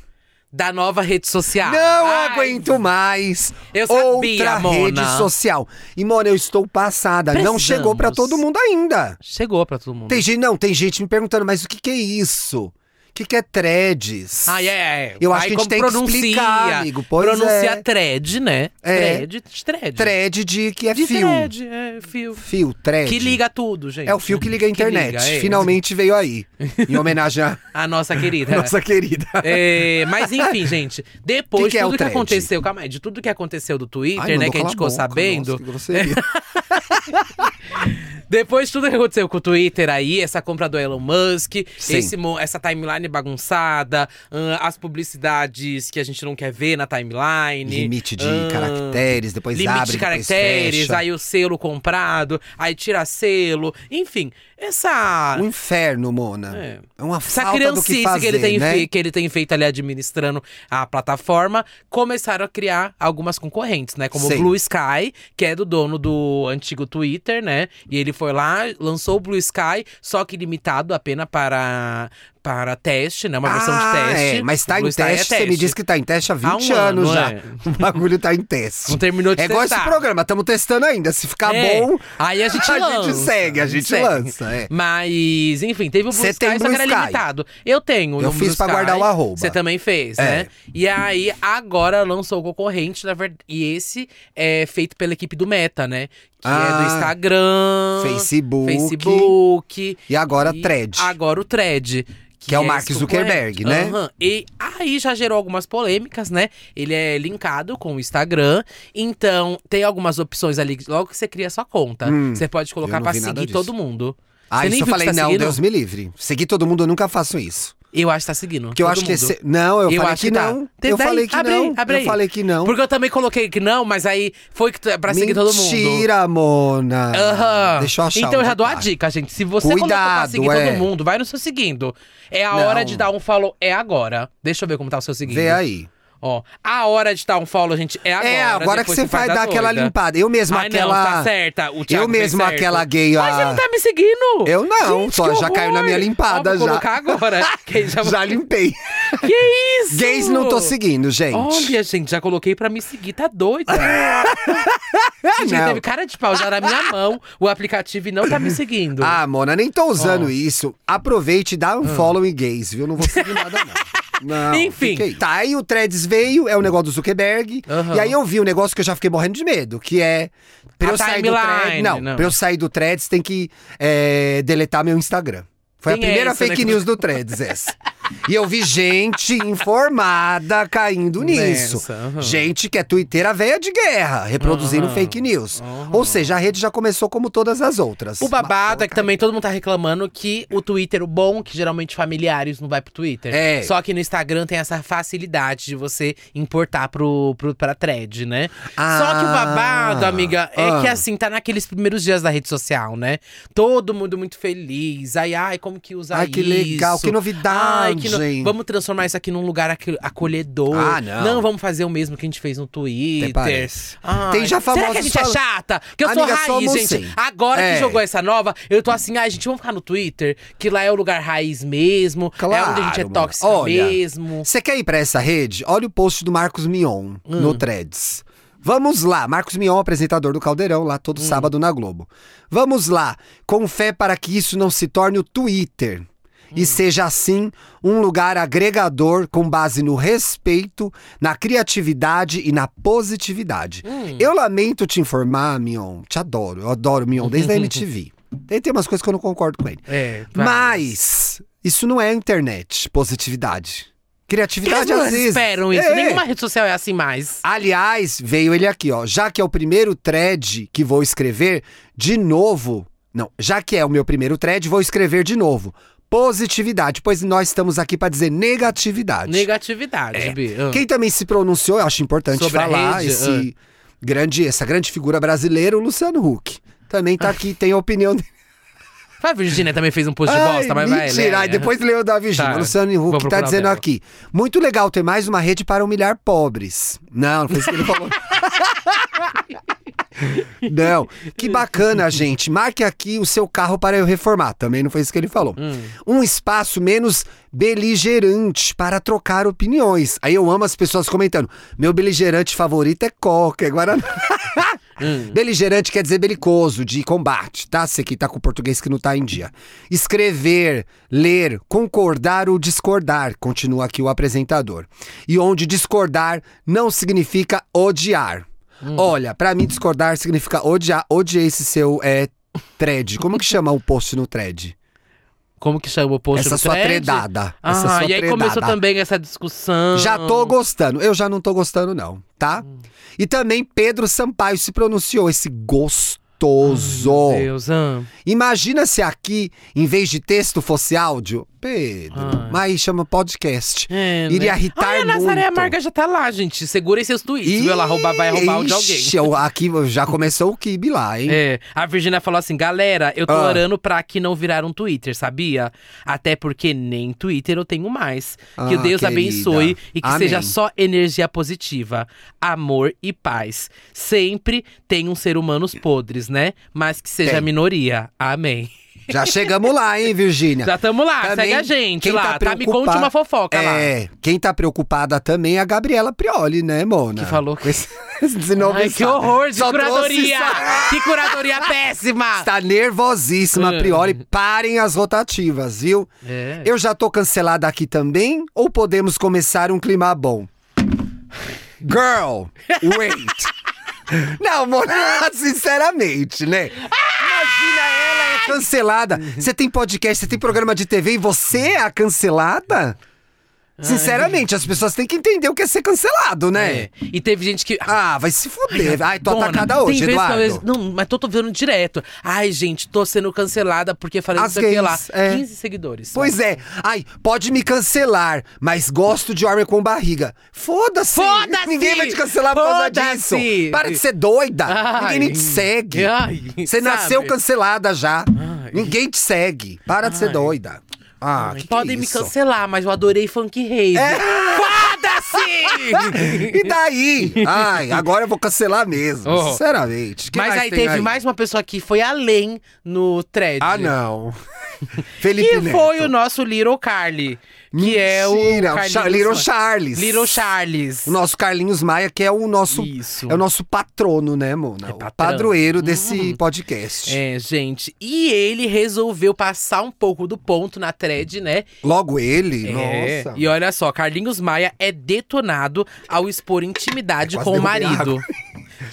S4: Da nova rede social.
S3: Não
S4: Ah, Ai,
S3: aguento mais.
S4: Eu sabia,
S3: Outra
S4: Mona.
S3: rede social. E, Mona, eu estou passada. Não
S4: Precisamos.
S3: chegou pra todo mundo ainda.
S4: Chegou pra todo mundo.
S3: Tem gente, não, tem gente me perguntando, mas o que, que é isso? O que, que é threads?
S4: Ah, é, é.
S3: Eu acho
S4: Aí
S3: que a gente
S4: como
S3: tem que
S4: pronuncia,
S3: explicar, amigo. Pois
S4: pronuncia
S3: é.
S4: thread, né?
S3: É.
S4: Thread, thread.
S3: Thread de que é
S4: De
S3: fio.
S4: thread, é, fio.
S3: Fio, thread.
S4: Que liga tudo, gente.
S3: É o fio que liga a internet.
S4: liga, é.
S3: Finalmente veio aí. Em homenagem à
S4: A nossa querida.
S3: nossa querida.
S4: É, mas enfim, gente, depois
S3: Que
S4: de
S3: que é
S4: tudo
S3: o
S4: que
S3: thread?
S4: aconteceu, calma aí, de tudo que aconteceu do Twitter,
S3: Ai, mandou
S4: né, que a gente ficou
S3: calar boca,
S4: sabendo,
S3: nossa, que grosseria.
S4: Depois de tudo que aconteceu com o Twitter aí, essa compra do Elon Musk,
S3: Sim.
S4: esse mo- essa timeline bagunçada, ahn, as publicidades que a gente não quer ver na timeline.
S3: Limite de
S4: ahn,
S3: caracteres, depois
S4: Ah, Limite
S3: abre,
S4: de
S3: depois
S4: caracteres,
S3: fecha.
S4: aí o selo comprado, aí tira selo. Enfim, essa.
S3: Um inferno, Mona.
S4: É.
S3: É, uma
S4: Essa
S3: falta do
S4: criancice
S3: que
S4: que,
S3: fazer,
S4: ele tem
S3: né?
S4: fe- que ele tem feito ali administrando a plataforma, começaram a criar algumas concorrentes, né? Como o
S3: Sim.
S4: Blue Sky, que é do dono do antigo Twitter, né? E ele foi lá, lançou o Blue Sky, só que limitado apenas para, para teste, né? Uma versão de
S3: Ah,
S4: teste.
S3: é, mas tá
S4: O
S3: em
S4: Blue
S3: teste,
S4: Sky é
S3: você me disse que tá em teste há 20
S4: um ano,
S3: anos já.
S4: é.
S3: O bagulho tá em teste.
S4: Não terminou de
S3: É igual
S4: testar.
S3: esse programa, estamos testando ainda. Se ficar
S4: É.
S3: bom,
S4: Aí a gente
S3: a
S4: lança.
S3: gente segue, a gente
S4: segue.
S3: lança. é.
S4: Mas, enfim, teve o Blue
S3: Cê
S4: Sky,
S3: tem
S4: só que
S3: Blue
S4: era
S3: Sky.
S4: limitado. Eu tenho. o
S3: Eu
S4: nome
S3: fiz
S4: do
S3: pra
S4: Sky,
S3: guardar o arroba.
S4: Você também fez,
S3: É.
S4: né? E aí, agora lançou o concorrente, na verdade. E esse é feito pela equipe do Meta, né? Que é
S3: Ah.
S4: do Instagram,
S3: Facebook,
S4: Ah, Facebook.
S3: E agora
S4: E
S3: Thread.
S4: Agora o Thread.
S3: Que é o
S4: esse
S3: Mark Zuckerberg,
S4: concorrente.
S3: né?
S4: Aham. E aí já gerou algumas polêmicas, né? Ele é linkado com o Instagram. Então, tem algumas opções ali. Logo que você cria sua conta.
S3: Hum,
S4: você pode colocar
S3: eu não
S4: pra
S3: vi nada
S4: seguir
S3: disso.
S4: todo mundo.
S3: Ah,
S4: Você
S3: isso
S4: nem viu
S3: eu
S4: que
S3: falei,
S4: tá
S3: não,
S4: seguindo?
S3: Deus me livre. Seguir todo mundo, eu nunca faço isso.
S4: Eu acho que tá seguindo.
S3: Porque eu
S4: todo
S3: acho que
S4: mundo.
S3: esse... Não, eu,
S4: Eu
S3: falei
S4: acho
S3: que
S4: que tá.
S3: não.
S4: Tem-
S3: Eu
S4: vai,
S3: falei que
S4: abre aí,
S3: não.
S4: abre
S3: Eu
S4: aí.
S3: falei que não.
S4: Porque eu também coloquei que não, mas aí foi que tu- pra seguir todo mundo.
S3: Mentira, Mona.
S4: Aham.
S3: Deixa eu achar
S4: Então eu
S3: onde
S4: já dou a
S3: tá.
S4: dica, gente. Se você
S3: Cuidado,
S4: colocou pra seguir
S3: é.
S4: todo mundo, vai no seu seguindo. É a
S3: Não.
S4: hora de dar um follow, é agora. Deixa eu ver como tá o seu seguindo.
S3: Vê aí.
S4: Ó, a hora de dar um follow, gente, é agora.
S3: é, agora que
S4: depois
S3: você vai dar aquela
S4: doida.
S3: limpada. Eu mesmo,
S4: Ai,
S3: aquela.
S4: não, tá certa. O Thiago
S3: eu
S4: fez
S3: mesmo,
S4: certo.
S3: aquela gay.
S4: Mas você
S3: a-
S4: não tá me seguindo?
S3: Eu não,
S4: Gente,
S3: só
S4: que
S3: já caiu na
S4: horror.
S3: minha limpada
S4: Ó, vou
S3: já.
S4: colocar agora. Quem já...
S3: Já limpei.
S4: Que isso?
S3: Gays não tô seguindo, gente.
S4: Olha, gente, já coloquei pra me seguir, tá doida. gente, ele
S3: Ah, Não.
S4: teve cara de pau já na minha mão, o aplicativo e não tá me seguindo.
S3: Ah, Mona, nem tô usando
S4: Ó. Ah.
S3: isso. Aproveite e dá um follow em gays, viu? Não vou seguir nada, não. Não,
S4: Enfim.
S3: fica aí. Tá, aí o Threads veio, é o negócio do Zuckerberg.
S4: Aham.
S3: E aí eu vi um negócio que eu já fiquei morrendo de medo, que é. Pra
S4: A
S3: eu sair do
S4: Ah, tá, timeline,
S3: Threads. Não,
S4: não.
S3: pra eu sair do Threads tem que é, deletar meu Instagram. Foi
S4: Tem
S3: a primeira
S4: essa, né,
S3: fake
S4: que-
S3: news do Threads, essa. E eu vi gente informada caindo nisso.
S4: Nessa, aham.
S3: Gente que é twitteira velha de guerra, reproduzindo
S4: Aham.
S3: fake news.
S4: Aham.
S3: Ou seja, a rede já começou como todas as outras.
S4: O babado é que também todo mundo tá reclamando que o Twitter, o bom, que geralmente familiares não vai pro Twitter.
S3: É.
S4: Só que no Instagram tem essa facilidade de você importar pro, pro, pra thread, né?
S3: Ah.
S4: Só que o babado, amiga, é
S3: Ah.
S4: que assim, tá naqueles primeiros dias da rede social, né? Todo mundo muito feliz. Ai, ai, como que usa
S3: Ai,
S4: isso?
S3: que legal, que novidade.
S4: Ai, que no- Vamos transformar isso aqui num lugar aque- acolhedor.
S3: Ah, não.
S4: Não vamos fazer o mesmo que a gente fez no Twitter.
S3: parece.
S4: Ai,
S3: Tem já
S4: Será que a
S3: famosos
S4: gente
S3: fal-
S4: é chata? Porque eu
S3: Amiga,
S4: sou raiz,
S3: somos
S4: gente.
S3: sim.
S4: Agora
S3: É.
S4: que jogou essa nova, eu tô assim, ai, gente, vamos ficar no Twitter, que lá é o lugar raiz mesmo. é onde a gente é
S3: Claro,
S4: tóxica
S3: mano. Olha,
S4: mesmo.
S3: Você quer ir pra essa rede? Olha o post do Marcos Mion
S4: Hum.
S3: no Threads. Vamos lá, Marcos Mion, apresentador do Caldeirão, lá
S4: Hum.
S3: todo sábado na Globo. Vamos lá, com fé para que isso não se torne o Twitter.
S4: Hum.
S3: E seja assim um lugar agregador com base no respeito, na criatividade e na positividade.
S4: Hum.
S3: Eu lamento te informar, Mion, te adoro, eu adoro o Mion desde a MTV. Tem tem umas coisas que eu não concordo com ele.
S4: É,
S3: Mas isso não é internet, positividade.
S4: que as
S3: Criatividade às
S4: pessoas
S3: vezes.
S4: esperam isso.
S3: É.
S4: Nenhuma rede social é assim mais.
S3: Aliás, veio ele aqui, ó. Já que é o primeiro thread que vou escrever, de novo. Não, já que é o meu primeiro thread, vou escrever de novo. Positividade, pois nós estamos aqui pra dizer negatividade.
S4: Negatividade, Bi. Ah.
S3: É. Quem também se pronunciou, eu acho importante
S4: Sobre a
S3: falar,
S4: rede, ah.
S3: esse grande, essa grande figura brasileira, o Luciano Huck. Também tá aqui, tem a opinião dele.
S4: A Virgínia também fez um post de bosta, mas vai.
S3: mentira.
S4: né?
S3: Ai, depois leu da Virgínia.
S4: Tá,
S3: Luciano
S4: vou
S3: Huck tá
S4: procurar
S3: dizendo
S4: dela.
S3: aqui. Muito legal ter mais uma rede para humilhar pobres. Não, não foi isso que ele falou. Não, que bacana, gente. Marque aqui o seu carro para eu reformar. Também não foi isso que ele falou.
S4: Hum.
S3: Um espaço menos beligerante para trocar opiniões. Aí eu amo as pessoas comentando. Meu beligerante favorito é Coca, é Guaraná.
S4: Hum.
S3: Beligerante quer dizer belicoso, de combate, tá? Você que tá com o português que não tá em dia. Escrever, ler, concordar ou discordar, continua aqui o apresentador. E onde discordar não significa odiar.
S4: Hum.
S3: Olha, pra mim discordar significa odiar. Odiei esse seu é, thread. Como que chama o post no thread?
S4: Como que chama o post
S3: Essa
S4: do
S3: sua
S4: thread?
S3: tredada.
S4: Ah,
S3: Essa sua
S4: e aí
S3: tredada.
S4: começou também essa discussão.
S3: Já tô gostando. Eu já
S4: Hum.
S3: não tô gostando, não, tá? E também Pedro Sampaio se pronunciou, esse gostoso. gostoso.
S4: Meu Deus, ah.
S3: Imagina se aqui, em vez de texto, fosse áudio. Pedro,
S4: Ai.
S3: mas chama podcast.
S4: É, né?
S3: Iria irritar
S4: Ai, a
S3: muito.
S4: Nazaré Amarga já tá lá, gente. Segurem seus tweets, viu? Ela roubar, vai roubar o de alguém.
S3: Ixi, eu- aqui já começou o kibe lá, hein?
S4: É, a Virginia falou assim, galera, eu tô
S3: Ah.
S4: orando pra que não virar um Twitter, sabia? Até porque nem Twitter eu tenho mais. Que
S3: Ah,
S4: Deus
S3: querida.
S4: abençoe e que
S3: Amém.
S4: seja só energia positiva, amor e paz. Sempre tem uns ser humanos podres, né? Mas que seja
S3: Tem.
S4: a minoria. Amém.
S3: Já chegamos lá, hein, Virgínia?
S4: É. Já tamo lá,
S3: Também,
S4: segue a gente
S3: quem
S4: lá, tá? Me
S3: preocupa-
S4: conte uma fofoca lá.
S3: É, quem tá preocupada também é a Gabriela Prioli, né, Mona?
S4: Que falou que-
S3: Com esse- esse nome
S4: Ai, que
S3: sabe.
S4: horror de
S3: Só trouxe
S4: curadoria!
S3: sa-
S4: Que curadoria péssima!
S3: Está nervosíssima,
S4: Hum.
S3: Prioli. Parem as rotativas, viu?
S4: É.
S3: Eu já tô cancelada aqui também? Ou podemos começar um clima bom? Girl, wait. Não, Mona, sinceramente, né? Imagina ela é cancelada. Você tem podcast, você tem programa de TV e você é a cancelada? Sinceramente, as pessoas têm que entender o que é ser cancelado, né?
S4: É. E teve gente que.
S3: Ah, vai se fuder. Ai, tô
S4: Dona,
S3: atacada hoje,
S4: tem vezes que eu-
S3: Eduardo.
S4: não, mas tô, tô vendo direto. Ai, gente, tô sendo cancelada porque falei
S3: As
S4: não sei o que lá.
S3: gays, é.
S4: 15 seguidores.
S3: Pois é. Ai, pode me cancelar, mas gosto de homem com barriga. Foda-se!
S4: Foda-se!
S3: Ninguém vai te cancelar por causa disso!
S4: Foda-se!
S3: Para de ser doida!
S4: Ai.
S3: Ninguém nem te segue!
S4: Ai,
S3: é,
S4: sabe?
S3: Você nasceu cancelada já.
S4: Ai.
S3: Ninguém te segue. Para de ser doida. Ah,
S4: Ai,
S3: que que
S4: Podem
S3: é
S4: me
S3: isso? É,
S4: cancelar, mas eu adorei funk rave. Foda-se!
S3: E daí? Ai, agora eu vou cancelar mesmo.
S4: Oh.
S3: Sinceramente. Que
S4: mas
S3: mais
S4: aí
S3: tem
S4: teve mais uma pessoa que foi além no thread.
S3: Ah, não. Felipe
S4: Que
S3: Neto.
S4: foi o nosso Little Carly. Que é o.
S3: Mentira, o
S4: Carlinhos
S3: Char- Little
S4: Maia.
S3: Charles.
S4: Little Charles.
S3: O nosso Carlinhos Maia, que é o nosso
S4: Isso. É
S3: é o nosso patrono, né, Mona?
S4: patrão. Uhum.
S3: o padroeiro desse podcast.
S4: É, gente. E ele resolveu passar um pouco do ponto na thread, né?
S3: Logo ele,
S4: É.
S3: nossa.
S4: E olha só, Carlinhos Maia é detonado ao expor intimidade
S3: Quase
S4: com o
S3: derrubei a
S4: marido.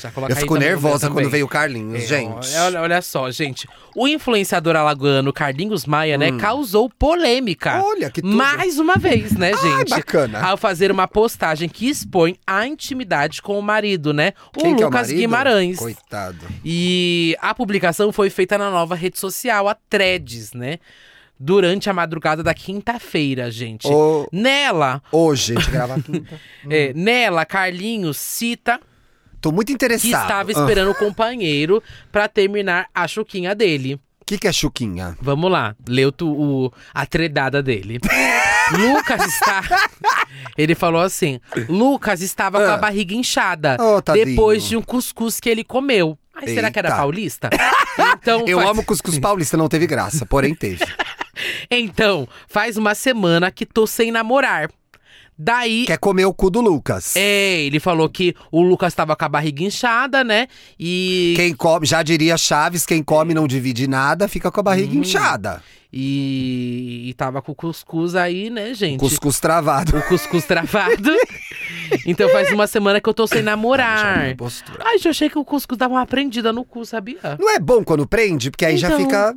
S4: Já coloca
S3: Eu
S4: aí
S3: fico
S4: também,
S3: nervosa
S4: também.
S3: quando veio o Carlinhos,
S4: É,
S3: gente.
S4: Olha, olha só, gente. O influenciador alagoano Carlinhos Maia, né, causou polêmica.
S3: Hum. Olha, que tudo. Ah,
S4: Mais uma vez, né, gente?
S3: bacana.
S4: Ao fazer uma postagem que expõe a intimidade com o marido, né? O
S3: Quem que é
S4: Lucas
S3: marido?
S4: Guimarães.
S3: Coitado.
S4: E a publicação foi feita na nova rede social, a Threads, né? Durante a madrugada da quinta-feira, gente.
S3: Ô, Hum.
S4: Nela,
S3: hoje, a gente grava a quinta.
S4: é, nela, Carlinhos cita
S3: Tô muito
S4: que
S3: interessado.
S4: estava
S3: Ah,
S4: esperando o companheiro pra terminar a chuquinha dele.
S3: que, que é Chuquinha?
S4: Vamos lá, leu tu, o, a tredada dele. Lucas está. Ele falou assim: Lucas estava com a
S3: Ah.
S4: barriga inchada
S3: Ô, tadinho.
S4: depois de um cuscuz que ele comeu. Ai, será que era
S3: Eita.
S4: paulista? Então,
S3: Eu
S4: faz-
S3: amo cuscuz paulista, não teve graça, porém teve.
S4: Então, faz uma semana que tô sem namorar. Daí.
S3: Quer comer o cu do Lucas.
S4: É, ele falou que o Lucas tava com a barriga inchada, né? E.
S3: Quem come, já diria Chaves, quem come não divide nada, fica com a barriga
S4: Hum.
S3: inchada.
S4: E, e tava com o cuscuz aí, né, gente?
S3: Cuscuz travado.
S4: O cuscuz travado. então faz uma semana que eu tô sem namorar.
S3: Postura.
S4: Ai, eu achei que o cuscuz dava uma prendida no cu, sabia?
S3: Não é bom quando prende, porque aí já
S4: Então,
S3: fica.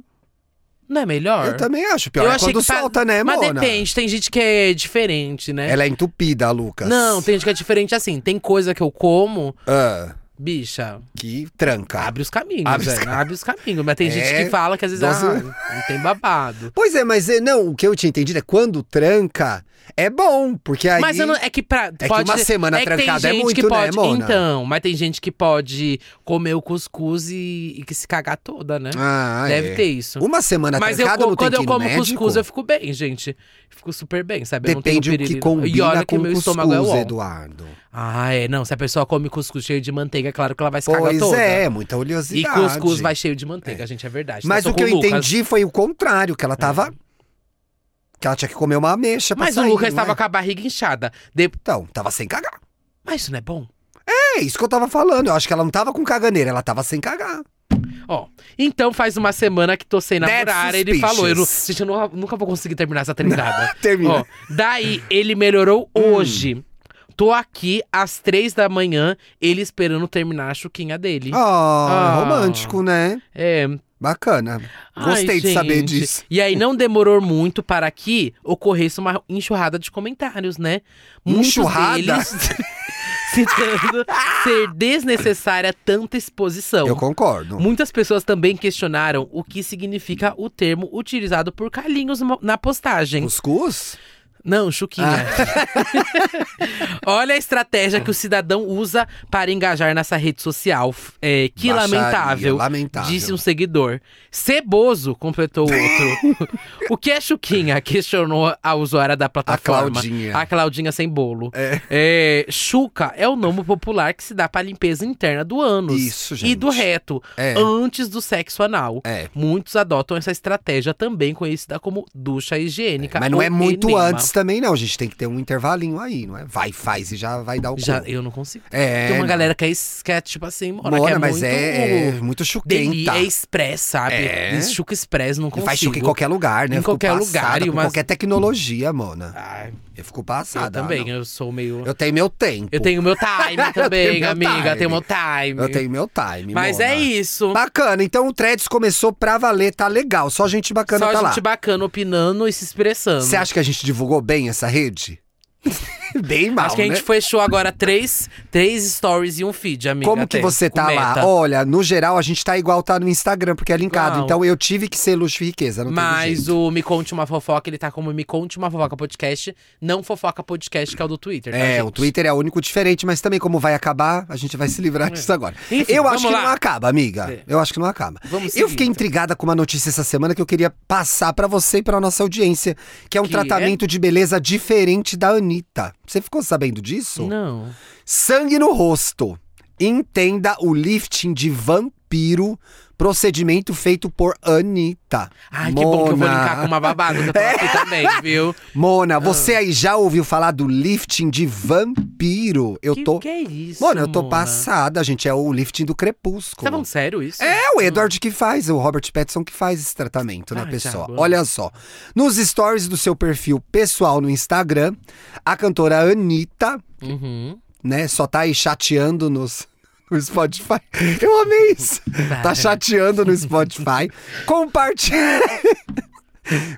S4: Não é melhor?
S3: Eu também acho. Pior
S4: Eu
S3: é
S4: achei
S3: quando
S4: que tá-
S3: solta, né,
S4: Mas
S3: Mona?
S4: depende, tem gente que é diferente, né?
S3: Ela é entupida, Lucas.
S4: Não, tem gente que é diferente assim. Tem coisa que eu como,
S3: Ah,
S4: bicha,
S3: que tranca.
S4: abre os caminhos,
S3: Abre os
S4: velho.
S3: cam-
S4: Abre os caminhos. Mas tem
S3: É.
S4: gente que fala que às vezes
S3: Nossa.
S4: ah, não tem babado.
S3: Pois é, mas eh, não, o que eu tinha entendido é quando tranca, é bom, porque aí.
S4: Mas eu não- é que pra.
S3: que uma semana
S4: é que tem
S3: trancada é
S4: gente que
S3: muito, né,
S4: pode,
S3: Mona?
S4: Então, mas tem gente que pode comer o cuscuz e, e que se cagar toda, né?
S3: Ah,
S4: Deve
S3: é.
S4: ter isso.
S3: Uma semana
S4: Mas eu,
S3: trancada
S4: co-
S3: não tem
S4: quando
S3: que
S4: eu
S3: ir Tá no
S4: como
S3: médico?
S4: cuscuz, eu fico bem, gente. Fico super bem, sabe? Eu não tenho
S3: Depende do que
S4: piriri.
S3: combina
S4: E olha
S3: com
S4: que meu
S3: cuscuz,
S4: estômago é uó.
S3: Eduardo.
S4: Ah, é. Não, se a pessoa come cuscuz cheio de manteiga, é claro que ela vai se cagar
S3: Pois
S4: toda.
S3: é, muita
S4: E
S3: oleosidade.
S4: cuscuz vai cheio de manteiga, gente, é verdade.
S3: Mas
S4: tô
S3: o que eu
S4: com Lucas. É.
S3: entendi foi o contrário, que ela tava. Que ela tinha que comer uma ameixa pra
S4: Mas
S3: sair,
S4: o Lucas
S3: não
S4: tava
S3: é?
S4: com a barriga inchada. De-
S3: Então, tava sem cagar.
S4: Mas isso não é bom?
S3: É isso que eu tava falando. Eu acho que ela não tava com caganeira, ela tava sem cagar.
S4: Ó, então faz uma semana que tô sem
S3: That's
S4: namorar, ele
S3: suspicious.
S4: falou. Eu não- gente, eu nu- nunca vou conseguir terminar essa trindada.
S3: Termina.
S4: Ó, daí, ele melhorou
S3: Hum.
S4: hoje. Tô aqui às três da manhã, ele esperando terminar a chuquinha dele.
S3: Ah,
S4: Ah.
S3: romântico, né?
S4: É.
S3: Bacana. Gostei
S4: Ai,
S3: de saber
S4: gente.
S3: disso.
S4: E aí, não demorou muito para que ocorresse uma enxurrada de comentários, né? Muitos
S3: Enxurrada?
S4: deles citando ser desnecessária tanta exposição.
S3: Eu concordo.
S4: Muitas pessoas também questionaram o que significa o termo utilizado por Carlinhos mo- na postagem.
S3: Cuscuz?
S4: Não, Chuquinha.
S3: Ah.
S4: Olha a estratégia que o cidadão usa para engajar nessa rede social. F- É, que
S3: Baixaria,
S4: lamentável,
S3: lamentável.
S4: Disse um seguidor. Ceboso, completou o outro. o que é Chuquinha? Questionou a usuária da plataforma.
S3: Claudinha.
S4: A Claudinha sem bolo. É, Chuca é o nome popular que se dá para a limpeza interna do ânus.
S3: Isso,
S4: E
S3: gente.
S4: do reto,
S3: É.
S4: antes do sexo anal.
S3: É.
S4: Muitos adotam essa estratégia também conhecida como ducha higiênica.
S3: Mas não
S4: ou
S3: é muito
S4: enema.
S3: antes também, não. A gente tem que ter um intervalinho aí, não é? Vai, faz e já vai dar o
S4: Já,
S3: cu.
S4: eu não consigo.
S3: É,
S4: Tem uma
S3: não.
S4: galera que é, es- que é tipo assim, mora, que
S3: Mona,
S4: é
S3: mas
S4: muito
S3: é, é muito
S4: deli,
S3: chuquenta.
S4: é express, sabe?
S3: É.
S4: É. Chuca express, não
S3: E
S4: consigo.
S3: faz chuca em qualquer lugar, né?
S4: Em
S3: Eu fico
S4: qualquer
S3: passada
S4: lugar, e
S3: com
S4: umas-
S3: qualquer tecnologia, Mona.
S4: Ai,
S3: Eu fico
S4: eu
S3: passada. ah,
S4: também,
S3: não.
S4: eu sou meio... Eu,
S3: Eu tenho meu tempo.
S4: tenho meu time
S3: Eu
S4: também,
S3: tenho meu
S4: amiga, eu
S3: time.
S4: tenho meu time.
S3: Eu tenho meu time,
S4: Mas
S3: Mona.
S4: é isso.
S3: Bacana, então o Threads começou pra valer, tá legal. Só gente bacana
S4: Só
S3: tá
S4: gente bacana opinando e se expressando.
S3: lá. Você acha que a gente divulgou bem essa rede? bem mal,
S4: Acho que a
S3: né?
S4: gente fechou agora três, três stories e um feed, amiga.
S3: Como que
S4: até,
S3: você
S4: com
S3: tá
S4: meta.
S3: lá? Olha, no geral a gente tá igual tá no Instagram, porque é linkado.
S4: Não.
S3: Então eu tive que ser luxo e riqueza, não teve
S4: Mas
S3: jeito.
S4: o Me Conte Uma Fofoca, ele tá como Me Conte Uma Fofoca Podcast, não Fofoca Podcast, que é o do Twitter, tá,
S3: É,
S4: gente?
S3: o Twitter é o único diferente, mas também como vai acabar, a gente vai se livrar disso agora.
S4: É. Enfim,
S3: eu
S4: vamos
S3: acho que
S4: lá.
S3: não acaba, amiga.
S4: É.
S3: Eu acho que não acaba.
S4: Vamos
S3: eu
S4: seguir,
S3: fiquei
S4: então.
S3: intrigada com uma notícia essa semana que eu queria passar pra você e pra nossa audiência, que é um
S4: Que é?
S3: tratamento de beleza diferente da Anitta. Você ficou sabendo disso?
S4: Não.
S3: Sangue no rosto. Entenda o lifting de vampiro, procedimento feito por Anitta.
S4: Ai, que bom que eu vou
S3: Mona. É.
S4: linkar com uma babada que eu tô aqui também, viu?
S3: Mona, você
S4: Ah.
S3: aí já ouviu falar do lifting de vampiro? Eu
S4: que,
S3: tô.
S4: Que é isso,
S3: Mona, eu tô
S4: Mona?
S3: passada, gente. É o lifting do
S4: Você tá
S3: crepúsculo.
S4: falando sério isso?
S3: É o Edward que faz, o Robert Pattinson que faz esse tratamento na
S4: Ai,
S3: pessoa.
S4: Ah, Thiago.
S3: Olha só. Nos stories do seu perfil pessoal no Instagram, a cantora Anitta,
S4: Uhum.
S3: né, só tá aí chateando nos. No Spotify. Eu amei isso. Tá chateando no Spotify. Comparti...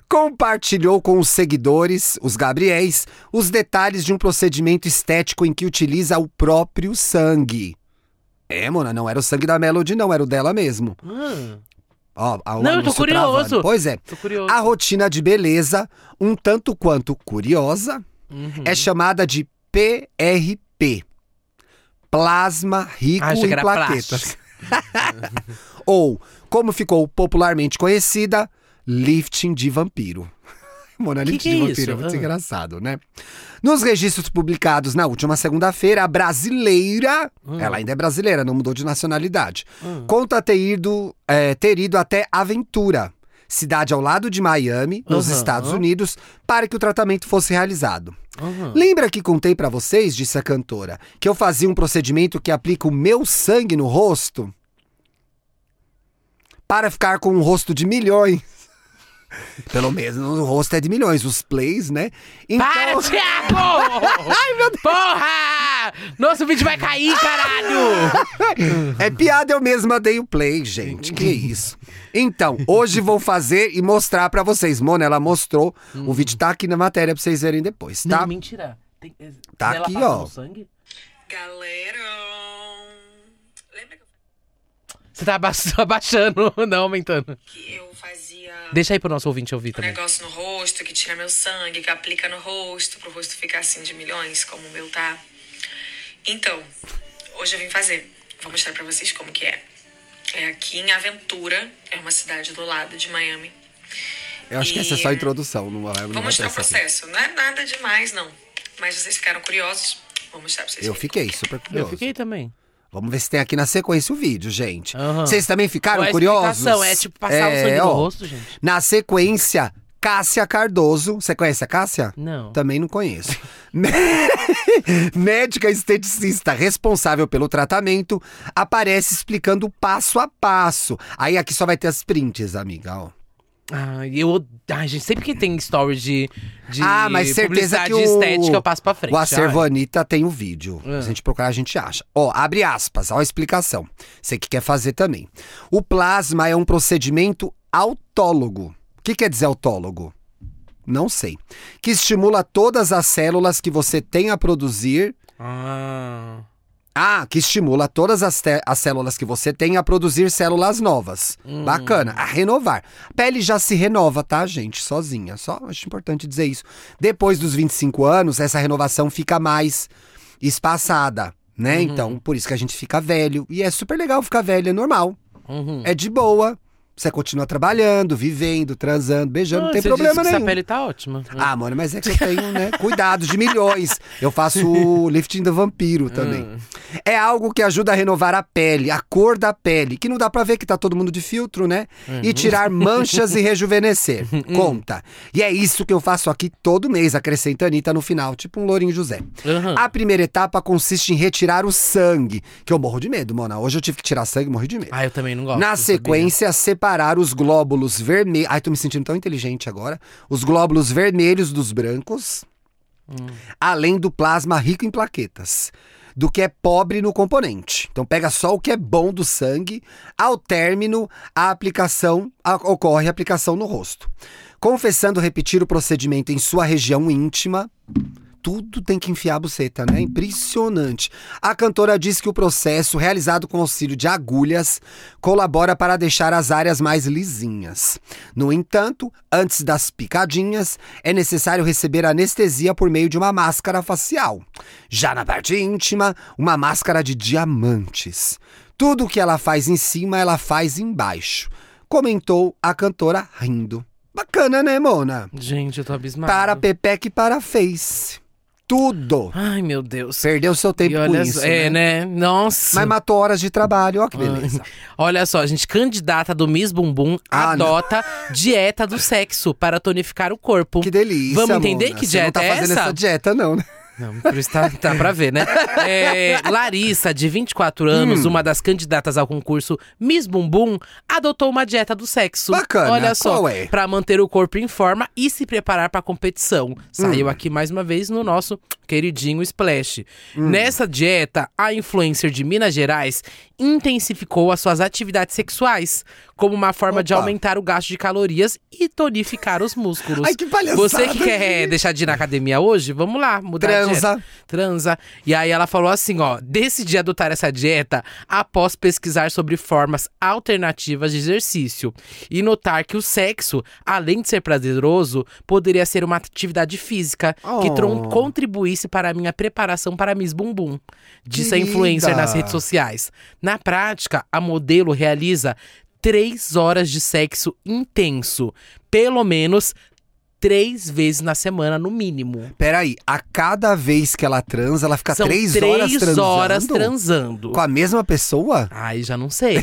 S3: Compartilhou com os seguidores, os Gabriéis, os detalhes de um procedimento estético em que utiliza o próprio sangue. É, Mona, não era o sangue da Melody, não, era o dela mesmo.
S4: Hum,
S3: Ó, a- o
S4: Não, eu tô
S3: anúncio
S4: curioso.
S3: travando. Pois é.
S4: tô curioso.
S3: A rotina de beleza, um tanto quanto curiosa,
S4: Uhum.
S3: é chamada de PRP. Plasma rico
S4: Ah, achei que
S3: em
S4: era
S3: plaquetas. Ou, como ficou popularmente conhecida, lifting de vampiro. Mona,
S4: Que
S3: lifting
S4: que
S3: de
S4: é
S3: vampiro
S4: isso?
S3: é muito
S4: Ah.
S3: engraçado, né? Nos registros publicados na última segunda-feira, a brasileira,
S4: Hum.
S3: ela ainda é brasileira, não mudou de nacionalidade,
S4: Hum.
S3: conta ter ido, é, ter ido até Aventura, cidade ao lado de Miami, nos
S4: Aham.
S3: Estados Unidos, para que o tratamento fosse realizado.
S4: Uhum.
S3: Lembra que contei pra vocês, disse a cantora, que eu fazia um procedimento que aplica o meu sangue no rosto? Para ficar com um rosto de milhões. Pelo menos o rosto é de milhões, os plays, né? Então,
S4: Para, Thiago! Ai, meu Deus! Porra! Nosso vídeo vai cair, caralho!
S3: é piada, eu mesma dei o play, gente. Que isso. Então, hoje vou fazer e mostrar pra vocês. Mona, ela mostrou. O vídeo tá aqui na matéria pra vocês verem depois, tá?
S4: Não, mentira. Tem, é,
S3: Tá
S4: ela
S3: aqui,
S4: passa
S3: ó.
S4: no sangue?
S5: Galerão! Lembra que eu falei
S4: Você tá aba- abaixando, não aumentando.
S5: que eu fazia
S4: Deixa aí pro nosso ouvinte ouvir
S5: um
S4: também.
S5: negócio no rosto, que tira meu sangue, que aplica no rosto, pro rosto ficar assim de milhões, como o meu tá? Então, hoje eu vim fazer. Vou mostrar pra vocês como que é. É aqui em Aventura, é uma cidade do lado de Miami.
S3: Eu acho que essa é só a introdução, não, não
S5: Vou
S3: vai ter
S5: mostrar o
S3: essa.
S5: processo. Não é nada demais, não. Mas vocês ficaram curiosos? Vou mostrar pra vocês.
S3: Eu
S5: verem.
S3: fiquei super curioso.
S4: Eu fiquei também.
S3: Vamos ver se tem aqui na sequência o vídeo, gente.
S4: Aham.
S3: Vocês também ficaram
S4: Ué, a
S3: curiosos?
S4: explicação é tipo passar o sangue no
S3: ó.
S4: rosto, gente.
S3: Na sequência, Cássia Cardoso. Você conhece a Cássia?
S4: Não.
S3: Também não conheço. Mé- Médica esteticista responsável pelo tratamento aparece explicando passo a passo. Aí aqui só vai ter as prints, amiga. Ó.
S4: Ai, eu odeio. Ai, gente, sempre que tem stories de, de
S3: Ah, mas certeza
S4: publicidade
S3: que o-
S4: estética, eu passo pra frente.
S3: O acervo é
S4: ai.
S3: Anitta tem o vídeo.
S4: É.
S3: Se a gente procurar, a gente acha. Ó, abre aspas, ó a explicação. Você que quer fazer também. O plasma é um procedimento autólogo. O que quer dizer autólogo? Não sei. Que estimula todas as células que você tem a produzir
S4: Ah.
S3: Ah, que estimula todas as, te- as células que você tem a produzir células novas.
S4: Uhum,
S3: Bacana, a renovar. A pele já se renova, tá, gente? Sozinha. Só acho importante dizer isso. Depois dos 25 anos, essa renovação fica mais espaçada, né?
S4: Uhum.
S3: Então, por isso que a gente fica velho. E é super legal ficar velho, é normal.
S4: Uhum.
S3: É de boa. Você continua trabalhando, vivendo, transando, beijando, não
S4: Ah,
S3: tem
S4: você
S3: problema
S4: disse que
S3: nenhum.
S4: Essa pele tá ótima.
S3: Ah, mano, mas é que eu tenho, né? Cuidados de milhões. Eu faço o lifting do vampiro também.
S4: Uhum.
S3: É algo que ajuda a renovar a pele, a cor da pele, que não dá pra ver que tá todo mundo de filtro, né? E tirar manchas e rejuvenescer. Conta. E é isso que eu faço aqui todo mês, acrescenta a Anitta no final, tipo um lourinho José.
S4: Uhum.
S3: A primeira etapa consiste em retirar o sangue, que eu morro de medo, mano. Hoje eu tive que tirar sangue, morri de medo.
S4: Ah, eu também não gosto.
S3: Na
S4: sabia?
S3: sequência, separar os glóbulos vermelhos. Ai, tô me sentindo tão inteligente agora. Os glóbulos vermelhos dos brancos, além do plasma rico em plaquetas, do que é pobre no componente. Então, pega só o que é bom do sangue. Ao término, a aplicação a- ocorre a aplicação no rosto. Confessando repetir o procedimento em sua região íntima. Tudo tem que enfiar a buceta, né? Impressionante. A cantora diz que o processo, realizado com auxílio de agulhas, colabora para deixar as áreas mais lisinhas. No entanto, antes das picadinhas, é necessário receber anestesia por meio de uma máscara facial. Já na parte íntima, uma máscara de diamantes. Tudo que ela faz em cima, ela faz embaixo. Comentou a cantora rindo. Bacana, né, Mona?
S4: Gente, eu tô abismado.
S3: Para Pepeque e para Face. Tudo.
S4: Ai, meu Deus.
S3: Perdeu seu tempo
S4: E
S3: com
S4: olha
S3: isso.
S4: só- É, né?
S3: né?
S4: Nossa.
S3: Mas matou horas de trabalho, ó
S4: Ah.
S3: que beleza.
S4: Olha só, gente, candidata do Miss Bumbum
S3: Ah, não.
S4: adota dieta do sexo para tonificar o corpo.
S3: Que delícia.
S4: Vamos entender
S3: Mona.
S4: que
S3: Você
S4: dieta
S3: não
S4: é
S3: tá fazendo
S4: essa?
S3: dieta, não, né?
S4: Não, por isso tá, tá pra ver, né? É, Larissa, de 24
S3: Hum.
S4: anos, uma das candidatas ao concurso Miss Bumbum, adotou uma dieta do sexo.
S3: Bacana,
S4: Olha só,
S3: qual é?
S4: pra manter o corpo em forma e se preparar pra competição. Saiu
S3: Hum.
S4: aqui mais uma vez no nosso queridinho Splash.
S3: Hum.
S4: Nessa dieta, a influencer de Minas Gerais intensificou as suas atividades sexuais como uma forma de
S3: Opa.
S4: aumentar o gasto de calorias e tonificar os músculos.
S3: Ai, que palhaçada,
S4: Você que quer
S3: gente.
S4: deixar de ir na academia hoje, vamos lá, mudar a dieta
S3: Transa.
S4: transa. E aí ela falou assim, ó, decidi adotar essa dieta após pesquisar sobre formas alternativas de exercício e notar que o sexo, além de ser prazeroso, poderia ser uma atividade física que tron-
S3: Oh.
S4: contribuísse para a minha preparação para Miss Bumbum, disse a
S3: Querida.
S4: influencer nas redes sociais. Na prática, a modelo realiza três horas de sexo intenso, pelo menos três vezes na semana, no mínimo
S3: Peraí, a cada vez que ela transa, ela fica
S4: são
S3: três, horas transando?
S4: horas transando.
S3: Com a mesma pessoa?
S4: Ai, já não sei.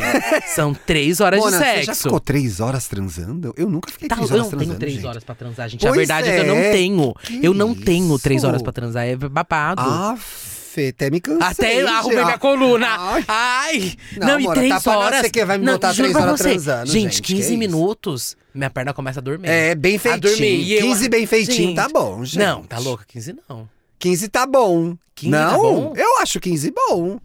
S4: São três horas
S3: Mona,
S4: de
S3: você já
S4: sexo.
S3: ficou três horas transando? Eu nunca fiquei
S4: Tá,
S3: três
S4: eu
S3: horas
S4: não
S3: transando,
S4: tenho três
S3: gente.
S4: horas pra transar, gente. a
S3: Pois
S4: verdade é, que eu não
S3: é.
S4: tenho.
S3: Que
S4: eu não tenho três
S3: isso?
S4: horas pra transar. É babado.
S3: Ah, Fê, até me cansei.
S4: Até eu
S3: já.
S4: arrumei minha coluna.
S3: Ai.
S4: Ai!
S3: Não,
S4: Não,
S3: amor,
S4: e três
S3: tá pra nada
S4: horas.
S3: você que vai me
S4: não,
S3: botar
S4: juro
S3: três
S4: pra
S3: horas
S4: você.
S3: transando, gente,
S4: Gente,
S3: que
S4: 15
S3: isso?
S4: minutos, minha perna começa a dormir.
S3: É, bem
S4: A dormir, e
S3: feitinho.
S4: eu-
S3: 15 bem feitinho,
S4: Gente,
S3: tá bom, gente.
S4: Não, tá louca? 15 não.
S3: 15 tá bom.
S4: 15
S3: não,
S4: tá bom?
S3: eu acho 15 bom.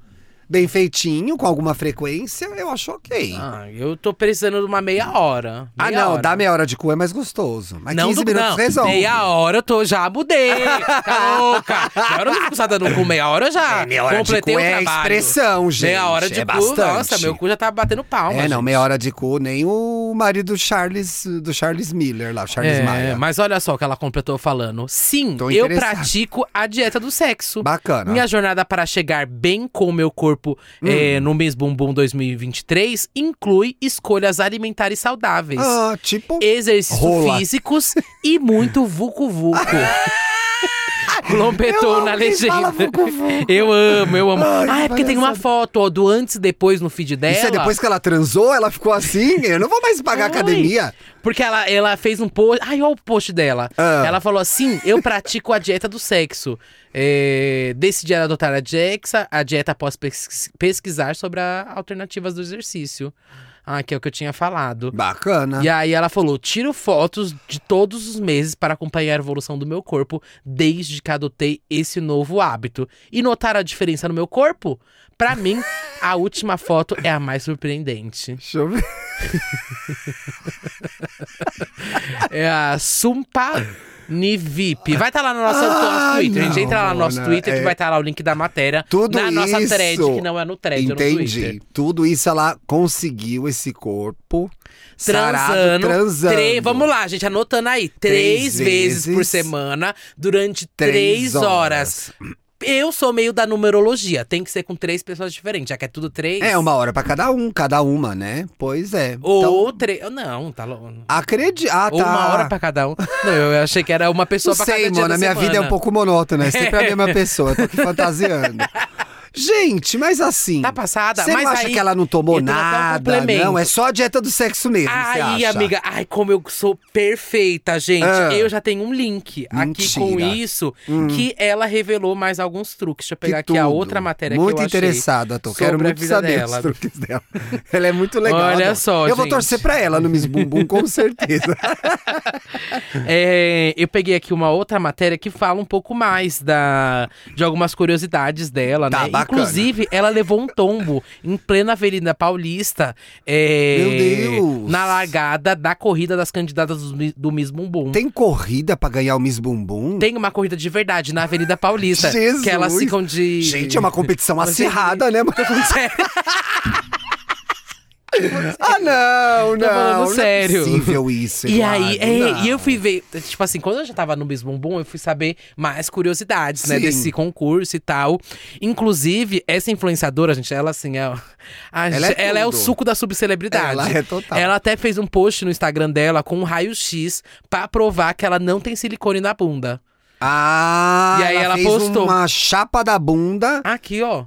S3: Bem feitinho, com alguma frequência, eu acho ok. Ah,
S4: Ah, eu tô precisando de uma meia hora. Meia
S3: não,
S4: hora.
S3: dá meia hora de cu é mais gostoso. Mas 15
S4: do-
S3: minutos resolve.
S4: Meia hora eu tô, já mudei. Tá louca? Meia hora eu não fico só dando cu, meia hora eu já.
S3: É, meia hora de
S4: completei
S3: cu
S4: o
S3: é
S4: trabalho.
S3: expressão, gente.
S4: Meia hora de cu,
S3: é bastante.
S4: nossa, meu cu já tá batendo palma.
S3: É, não,
S4: gente.
S3: meia hora de cu, nem o marido Charles, do Charles Miller lá, o Charles
S4: É,
S3: Maia.
S4: mas olha só o que ela completou falando. Sim,
S3: Tô
S4: eu
S3: interessado.
S4: pratico a dieta do sexo.
S3: Bacana. Hum.
S4: Minha jornada para chegar bem com o meu corpo é, no mês bumbum 2023 inclui escolhas alimentares saudáveis.
S3: Ah, tipo...
S4: exercícios
S3: Rola.
S4: físicos e muito vucu vucu.
S3: Eu
S4: Glombetou
S3: amo
S4: na
S3: quem
S4: legenda.
S3: fala vucu-vucu.
S4: Eu amo, eu amo.
S3: Ai, que
S4: ah, é porque tem uma
S3: palhaçada.
S4: foto ó, do antes e depois no feed dela.
S3: Isso é depois que ela transou, ela ficou assim? Eu não vou mais pagar
S4: Foi.
S3: academia.
S4: Porque ela, ela fez um post. Ai, olha o post dela.
S3: Ah.
S4: Ela falou assim: eu pratico a dieta do sexo. É, decidi adotar a Jexa, a dieta após pesquis- pesquisar sobre as alternativas do exercício. Ah, que é o que eu tinha falado.
S3: Bacana.
S4: E aí ela falou: tiro fotos de todos os meses para acompanhar a evolução do meu corpo desde que adotei esse novo hábito. E notar a diferença no meu corpo? Pra mim, a última foto é a mais surpreendente.
S3: Deixa eu ver.
S4: É a Sumpa NIVIP. Vai estar lá no nosso, nosso Twitter. a gente
S3: Ah, não,
S4: entra lá no nosso
S3: Mona,
S4: Twitter
S3: é.
S4: que vai estar lá o link da matéria.
S3: Tudo
S4: na nossa
S3: isso.
S4: thread, que não é no thread, é no
S3: Entendi.
S4: Twitter.
S3: Tudo isso ela conseguiu esse corpo sarado,
S4: Transando.
S3: transando.
S4: tre- vamos lá, gente, anotando aí. Três,
S3: Três
S4: vezes, por
S3: vezes.
S4: semana, durante três,
S3: Três
S4: horas. Eu sou meio da numerologia. Tem que ser com três pessoas diferentes, já que é tudo três.
S3: É uma hora pra cada um, cada uma, né? Pois é.
S4: Ou três. Não, tá louco.
S3: acredite. Ah, tá.
S4: Ou uma hora pra cada um. Não, eu achei que era uma pessoa pra
S3: Não sei,
S4: cada dia
S3: mano.
S4: da
S3: A minha vida é
S4: semana.
S3: um pouco monótona. É sempre a mesma pessoa. Eu tô aqui fantasiando. Gente, mas assim.
S4: Tá passada?
S3: Você
S4: mas
S3: não acha
S4: aí-
S3: que é ela não tomou
S4: entra até um
S3: nada?
S4: complemento.
S3: não, é só a dieta do sexo mesmo. você
S4: Ai,
S3: acha?
S4: amiga, ai, como eu sou perfeita, gente.
S3: Ah.
S4: Eu já tenho um link aqui
S3: Mentira. Hum.
S4: com isso que ela revelou mais alguns truques. Deixa eu
S3: Que
S4: pegar aqui a
S3: tudo.
S4: outra matéria
S3: Muito
S4: que eu achei.
S3: interessada, tô. Quero
S4: sobre a
S3: muito
S4: vida
S3: saber
S4: dela.
S3: os truques dela. Ela é muito legal.
S4: Olha
S3: adoro.
S4: só,
S3: Eu vou
S4: gente.
S3: torcer pra ela no Miss Bumbum, com certeza.
S4: É, eu peguei aqui uma outra matéria que fala um pouco mais da, de algumas curiosidades dela,
S3: Tá,
S4: né?
S3: bacana.
S4: Inclusive, ela levou um tombo em plena Avenida Paulista. é,
S3: Meu Deus.
S4: Na largada da corrida das candidatas do, Mi- do Miss Bumbum.
S3: Tem corrida pra ganhar o Miss Bumbum?
S4: Tem uma corrida de verdade na Avenida Paulista.
S3: Jesus.
S4: Que elas ficam de.
S3: Gente, é uma competição
S4: Você-
S3: acirrada, né?
S4: Tô falando sério.
S3: Ah, não, não.
S4: falando
S3: não
S4: sério.
S3: é possível isso,
S4: E aí,
S3: Eduardo,
S4: é,
S3: não.
S4: e eu fui ver. Tipo assim, quando eu já tava no Miss Bumbum, eu fui saber mais curiosidades, né?
S3: Sim.
S4: Desse concurso e tal. Inclusive, essa influenciadora, gente, ela assim, é. a
S3: Ela
S4: gente-
S3: é
S4: ela é o
S3: tudo.
S4: suco da subcelebridade.
S3: Ela é total.
S4: Ela até fez um post no Instagram dela com um raio-x pra provar que ela não tem silicone na bunda.
S3: Ah,
S4: E aí ela
S3: fez
S4: postou.
S3: uma chapa da bunda.
S4: Aqui, ó.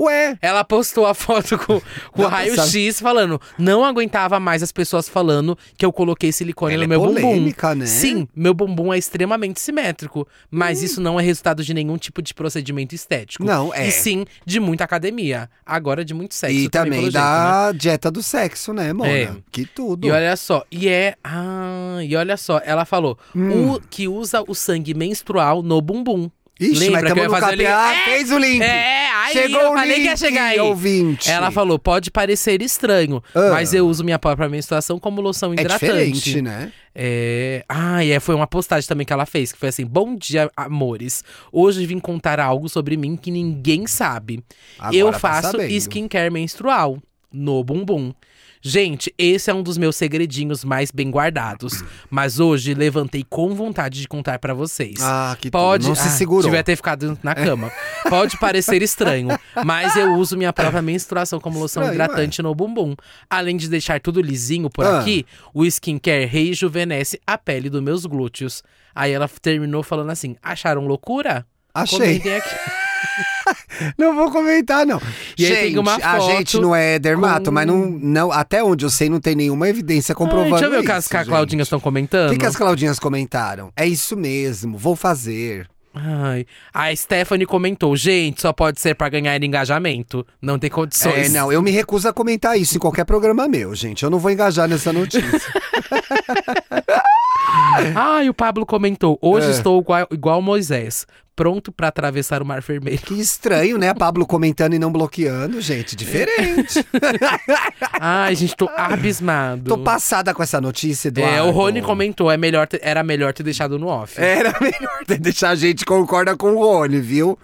S3: Ué,
S4: Ela postou a foto com, com o
S3: Não,
S4: raio-x falando: não aguentava mais as pessoas falando que eu coloquei silicone
S3: ela
S4: no
S3: é
S4: meu bumbum.
S3: polêmica, né?
S4: Sim, meu bumbum é extremamente simétrico, mas isso não é resultado de nenhum tipo de procedimento estético.
S3: Não, é.
S4: E sim de muita academia. Agora de muito sexo.
S3: E também
S4: pelo jeito, né?
S3: da dieta do sexo, né, Mona?
S4: É.
S3: Que tudo.
S4: E olha só, e é. Ah, e olha só, ela falou
S3: Hum.
S4: o, que usa o sangue menstrual no bumbum.
S3: Ixi,
S4: lembra
S3: mas
S4: que eu
S3: tamo
S4: ia
S3: no
S4: fazer o
S3: cap...
S4: link?
S3: Ah,
S4: É,
S3: fez o link.
S4: É, aí
S3: Chegou
S4: eu
S3: o
S4: falei
S3: link,
S4: que ia chegar aí.
S3: ouvinte.
S4: Ela falou, pode parecer estranho,
S3: Ah.
S4: mas eu uso minha própria menstruação como loção
S3: É
S4: hidratante.
S3: diferente, né?
S4: É. Ah, e é, foi uma postagem também que ela fez, que foi assim: Bom dia, amores. Hoje vim contar algo sobre mim que ninguém sabe.
S3: Agora
S4: eu
S3: tá
S4: faço
S3: sabendo.
S4: skincare menstrual no bumbum. Gente, esse é um dos meus segredinhos mais bem guardados. Mas hoje levantei com vontade de contar pra vocês.
S3: Ah, que
S4: Pode.
S3: tudo. Não
S4: ah,
S3: se segurou.
S4: Devia ter ficado na cama. Pode parecer estranho, mas eu uso minha própria menstruação como loção
S3: Estranho, é.
S4: hidratante no bumbum. Além de deixar tudo lisinho por
S3: Ah.
S4: aqui, o skincare rejuvenesce a pele dos meus glúteos. Aí ela terminou falando assim: acharam loucura?
S3: Achei.
S4: Comentem aqui.
S3: Não vou comentar, não.
S4: E aí
S3: gente,
S4: tem uma
S3: a
S4: foto
S3: gente não é dermato, mas não, não, até onde eu sei, não tem nenhuma evidência comprovando
S4: Ai, deixa eu ver o
S3: isso,
S4: que as ca-
S3: gente.
S4: Claudinhas estão
S3: O
S4: comentando.
S3: que, que as Claudinhas comentaram? É isso mesmo, vou fazer.
S4: Ai. A Stephanie comentou: gente, só pode ser pra ganhar engajamento. Não tem
S3: É,
S4: condições.
S3: não, eu me recuso a comentar isso em qualquer programa meu, gente. Eu não vou engajar nessa notícia.
S4: Ah, e o Pablo comentou: hoje
S3: É.
S4: estou igual, igual Moisés, pronto pra atravessar o mar vermelho.
S3: que estranho, né? Pablo comentando e não bloqueando, gente. Diferente.
S4: Ai, gente, tô abismado.
S3: Tô passada com essa notícia, Eduardo.
S4: É, o Rony comentou, é melhor ter- era melhor ter deixado no off.
S3: Era melhor ter deixar a gente concorda com o Rony, viu?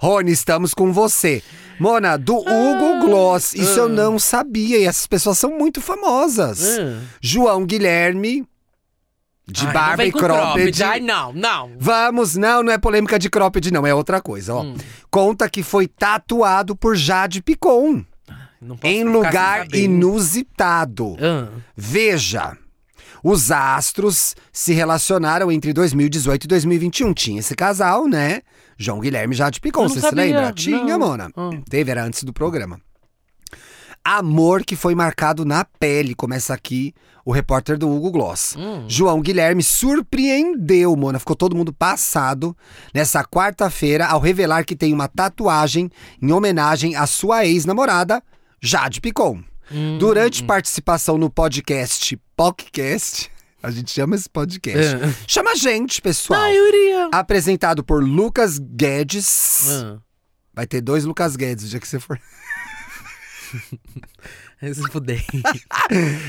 S3: Rony, estamos com você. Mona, do
S4: Ah,
S3: Hugo Gloss. Isso eu não sabia. E essas pessoas são muito famosas.
S4: Hum.
S3: João Guilherme, de
S4: Ai, Ah, não
S3: barba
S4: vem
S3: e
S4: com
S3: cropped.
S4: Ai, não, não.
S3: Vamos, não, não é polêmica de cropped, não. É outra coisa,
S4: Hum.
S3: ó. Conta que foi tatuado por Jade Picon.
S4: não posso
S3: Em
S4: ficar
S3: lugar
S4: sem cabelo.
S3: inusitado.
S4: Hum.
S3: Veja, os astros se relacionaram entre 2018 e 2021. Tinha esse casal, né? João Guilherme e Jade Picon,
S4: Eu não
S3: você se
S4: sabia,
S3: lembra? Tinha,
S4: não.
S3: Mona.
S4: Ah.
S3: Teve, era antes do programa. Amor que foi marcado na pele, começa aqui o repórter do Hugo Gloss.
S4: Hum.
S3: João Guilherme surpreendeu, Mona. Ficou todo mundo passado nessa quarta-feira ao revelar que tem uma tatuagem em homenagem à sua ex-namorada, Jade Picon.
S4: Hum.
S3: Durante participação no podcast Podcast, a gente chama esse podcast.
S4: É.
S3: Chama a gente, pessoal.
S4: Ai, Uria.
S3: Apresentado por Lucas Guedes.
S4: Hum.
S3: Ah. Vai ter dois Lucas Guedes o dia que você for.
S4: Eu se fudei.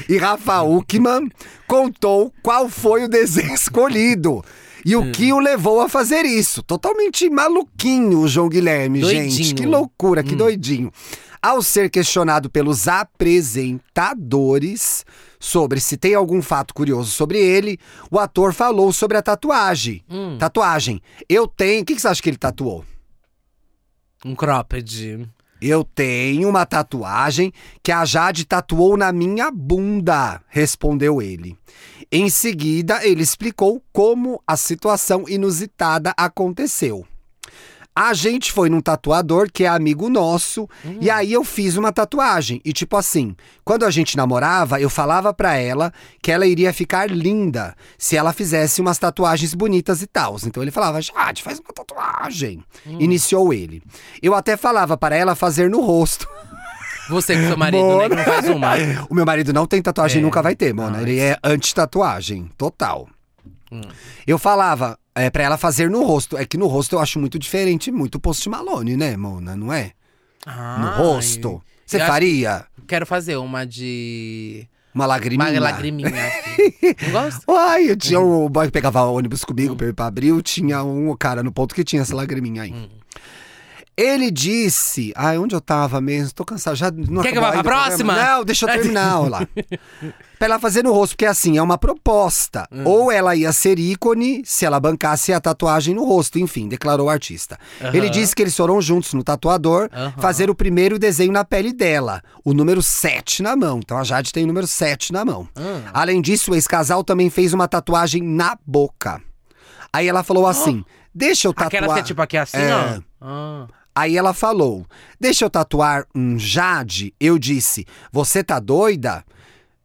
S3: E Rafa Uckman contou qual foi o desenho escolhido. E o que o levou a fazer isso? Totalmente maluquinho o João Guilherme, gente.
S4: Doidinho.
S3: Que loucura, que doidinho. Ao ser questionado pelos apresentadores sobre se tem algum fato curioso sobre ele, o ator falou sobre a tatuagem.
S4: Hum.
S3: Tatuagem. Eu tenho. O que que você acha que ele tatuou?
S4: Um cropped.
S3: Eu tenho uma tatuagem que a Jade tatuou na minha bunda, respondeu ele. Em seguida, ele explicou como a situação inusitada aconteceu. A gente foi num tatuador que é amigo nosso, e aí eu fiz uma tatuagem. E tipo assim, quando a gente namorava, eu falava pra ela que ela iria ficar linda se ela fizesse umas tatuagens bonitas e tal. Então ele falava, Jade, faz uma tatuagem. Iniciou ele. Eu até falava para ela fazer no rosto.
S4: Você que seu marido, né? Que não faz uma.
S3: O meu marido não tem tatuagem e
S4: É.
S3: nunca vai ter, mano.
S4: Ah,
S3: Ele é anti-tatuagem, total. Eu falava é, pra ela fazer no rosto. É que no rosto eu acho muito diferente, muito post Malone, né, Mona? Não é? No
S4: Ai,
S3: rosto. Você
S4: Eu acho-
S3: faria
S4: Quero fazer uma de.
S3: uma lagriminha?
S4: Uma lagriminha. assim. Não gosto?
S3: Ai, eu tinha um boy que pegava ônibus comigo pra ir pra abril, tinha um cara no ponto que tinha essa lagriminha
S4: Hum.
S3: aí. Ele disse. Ai, onde eu tava mesmo? Tô cansado. Já não
S4: Quer que eu
S3: acabou
S4: vá pra
S3: ainda o
S4: próxima?
S3: programa? Não, deixa eu terminar, olha lá. pra ela fazer no rosto, porque assim, é uma proposta.
S4: Hum.
S3: Ou ela ia ser ícone se ela bancasse a tatuagem no rosto, enfim, declarou o artista. Ele disse que eles foram juntos no tatuador
S4: Aham.
S3: fazer o primeiro desenho na pele dela, o número 7 na mão. Então a Jade tem o número 7 na mão.
S4: Hum.
S3: Além disso, o ex-casal também fez uma tatuagem na boca. Aí ela falou assim: Deixa eu tatuar.
S4: Oh! Aquela que é tipo aqui assim,
S3: É.
S4: ó. Ah.
S3: Aí ela falou: Deixa eu tatuar um Jade. Eu disse: Você tá doida?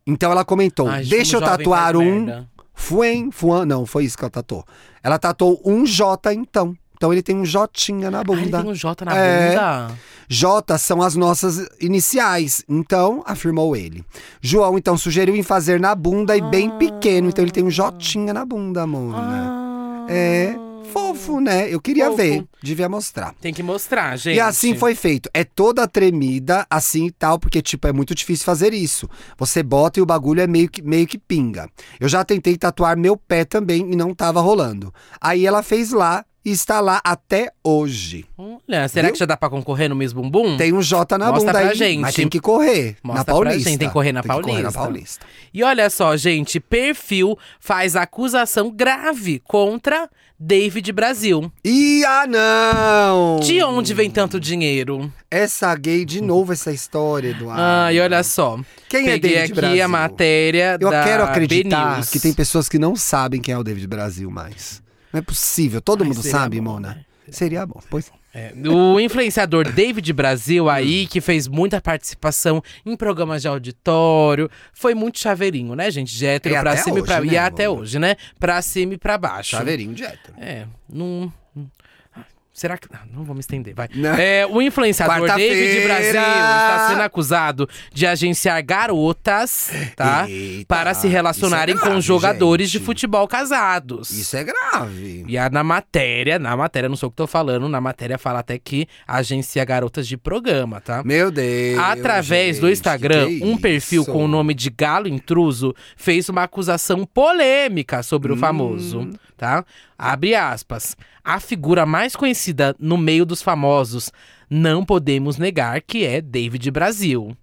S3: Então ela comentou:
S4: Ah, Ai, gente,
S3: Deixa eu
S4: como jovem
S3: tatuar
S4: faz
S3: um.
S4: merda.
S3: Fuen, Fuan. Não, foi isso que ela tatuou. Ela tatuou um J então. Então ele tem um Jotinha na
S4: Ah, ele
S3: bunda.
S4: tem um J na
S3: É.
S4: bunda.
S3: J são as nossas iniciais, então, afirmou ele. João, então, sugeriu em fazer na bunda e bem pequeno, então ele tem um Jotinha na bunda, Mona.
S4: Ah.
S3: É fofo, né? Eu queria
S4: Fofo.
S3: ver, devia mostrar.
S4: Tem que mostrar, gente.
S3: E assim foi feito. É toda tremida, assim e tal, porque, tipo, é muito difícil fazer isso. Você bota e o bagulho é meio que, meio que pinga. Eu já tentei tatuar meu pé também e não tava rolando. Aí ela fez lá e está lá até hoje.
S4: Olha, será que já dá pra concorrer no Miss Bumbum?
S3: Tem um J na
S4: Hum. Mostra
S3: bunda
S4: pra
S3: aí,
S4: gente.
S3: mas tem que correr
S4: Mostra
S3: na
S4: pra
S3: Paulista.
S4: gente, tem que correr na Paulista.
S3: Paulista.
S4: E olha só, gente, perfil faz acusação grave contra David Brasil.
S3: E ah não!
S4: De onde vem tanto dinheiro?
S3: Essa gay de novo essa história, Eduardo.
S4: Ah, e olha só.
S3: Quem é
S4: Peguei
S3: David
S4: aqui
S3: Brasil?
S4: a matéria
S3: Eu
S4: da
S3: quero acreditar
S4: BNews.
S3: que tem pessoas que não sabem quem é o David Brasil mais. Não é possível. Todo
S4: Ai,
S3: mundo
S4: seria
S3: sabe,
S4: bom,
S3: Mona.
S4: né?
S3: Seria bom. Pois
S4: É, O influenciador David Brasil aí, que fez muita participação em programas de auditório, foi muito chaveirinho, né, gente? De hétero
S3: É
S4: pra
S3: até
S4: cima e pra
S3: hoje,
S4: e
S3: né,
S4: até
S3: Mona?
S4: hoje, né? Pra cima e pra baixo.
S3: chaveirinho de hétero.
S4: É, não. não- ah, Será que. ah, Não vou me estender, vai.
S3: Não.
S4: É, o influenciador David
S3: Quarta-feira!
S4: Brasil está sendo acusado de agenciar garotas, tá?
S3: Eita,
S4: para se
S3: isso é
S4: relacionarem com
S3: grave,
S4: jogadores de
S3: gente.
S4: futebol casados.
S3: Isso é grave.
S4: E a, na matéria, na matéria, não sou o que tô falando, na matéria fala até que agencia garotas de programa, tá?
S3: Meu Deus.
S4: Através do
S3: gente,
S4: Instagram,
S3: que é
S4: um perfil
S3: isso?
S4: com o nome de Galo Intruso fez uma acusação polêmica sobre
S3: Hum.
S4: o famoso, tá? Abre aspas. A figura mais conhecida no meio dos famosos, não podemos negar que é David Brasil.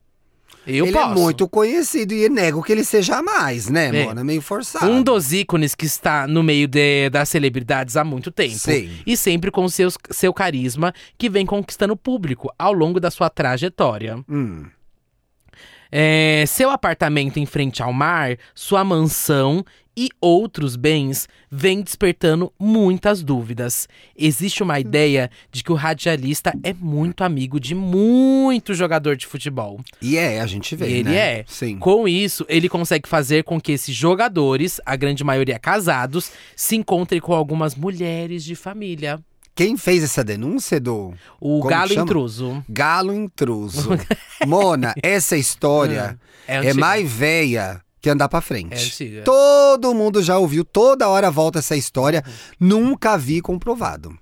S4: Eu
S3: ele
S4: posso.
S3: é muito conhecido e nego que ele seja mais, né,
S4: É.
S3: Mona? Meio forçado.
S4: Um dos ícones que está no meio de- das celebridades há muito tempo.
S3: Sim.
S4: E sempre com seus, seu carisma que vem conquistando o público ao longo da sua trajetória.
S3: Hum.
S4: É, seu apartamento em frente ao mar, sua mansão e outros bens vêm despertando muitas dúvidas. Existe uma ideia de que o radialista é muito amigo de muito jogador de futebol.
S3: E é, a gente vê,
S4: E ele
S3: né?
S4: é.
S3: Sim.
S4: Com isso, ele consegue fazer com que esses jogadores, a grande maioria casados, se encontrem com algumas mulheres de família.
S3: Quem fez essa denúncia do
S4: O
S3: Como
S4: galo
S3: que chama?
S4: intruso.
S3: galo intruso? Mona, essa história é,
S4: antiga.
S3: mais velha que andar pra
S4: É
S3: frente.
S4: antiga. Uhum.
S3: Todo mundo já ouviu, toda hora volta essa história. Nunca vi comprovado.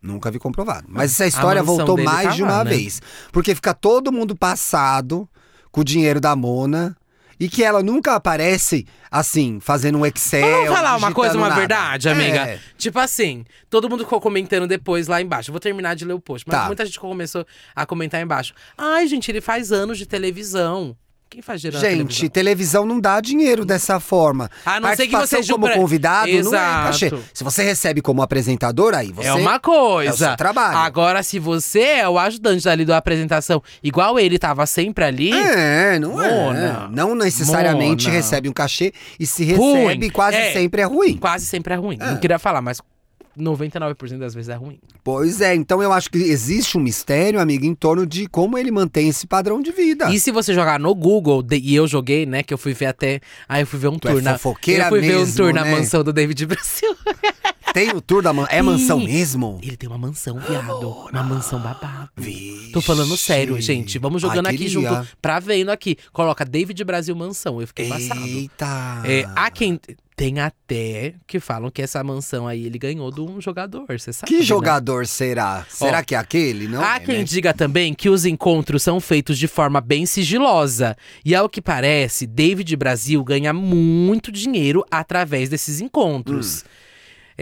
S3: Nunca vi comprovado. Mas essa história
S4: mansão
S3: voltou
S4: dele
S3: mais
S4: tá
S3: de uma
S4: lá, né?
S3: vez. Porque fica todo mundo passado com o dinheiro da Mona. E que ela nunca aparece, assim, fazendo um Excel.
S4: Vamos falar uma
S3: digitando
S4: coisa, uma
S3: nada.
S4: verdade, amiga?
S3: É.
S4: Tipo assim, todo mundo ficou comentando depois lá embaixo. Eu vou terminar de ler o post, mas
S3: Tá.
S4: muita gente começou a comentar embaixo. Ai, gente, ele faz anos de televisão. Quem faz gerando
S3: Gente, televisão. não dá dinheiro dessa forma.
S4: A não ser que
S3: Participação
S4: você
S3: como
S4: jubra-
S3: convidado não é
S4: Exato.
S3: cachê. Se você recebe como apresentador, aí você
S4: É uma coisa.
S3: é o seu trabalho.
S4: Agora, se você é o ajudante ali da apresentação, igual ele tava sempre ali,
S3: É, não é.
S4: Mona.
S3: Não necessariamente
S4: Mona.
S3: recebe um cachê e se
S4: Ruim.
S3: recebe quase
S4: É.
S3: sempre é ruim.
S4: quase sempre é ruim. Não queria falar, mas 99% das vezes é ruim.
S3: Pois é, então eu acho que existe um mistério, amiga, em torno de como ele mantém esse padrão de vida.
S4: E se você jogar no Google, de- e eu joguei, né, que eu fui ver até. Aí eu fui ver um
S3: Tu é
S4: tour na.
S3: fofoqueira
S4: eu fui ver um
S3: mesmo,
S4: tour na
S3: né?
S4: mansão do David Brasil.
S3: Tem o tour da man... é
S4: Sim.
S3: mansão mesmo?
S4: Ele tem uma mansão, viado. Uma mansão babado.
S3: Vixe.
S4: Tô falando sério, gente. Vamos jogando
S3: Ah,
S4: aqui
S3: queria.
S4: junto, pra vendo aqui. Coloca David Brasil Mansão. Eu fiquei passado.
S3: Eita.
S4: É, há quem. Tem até que falam que essa mansão aí ele ganhou de um jogador, você sabe?
S3: Que
S4: né?
S3: jogador será? Será que é aquele? Não
S4: Há
S3: é,
S4: quem
S3: né?
S4: diga também que os encontros são feitos de forma bem sigilosa. E ao que parece, David Brasil ganha muito dinheiro através desses
S3: Hum.
S4: encontros.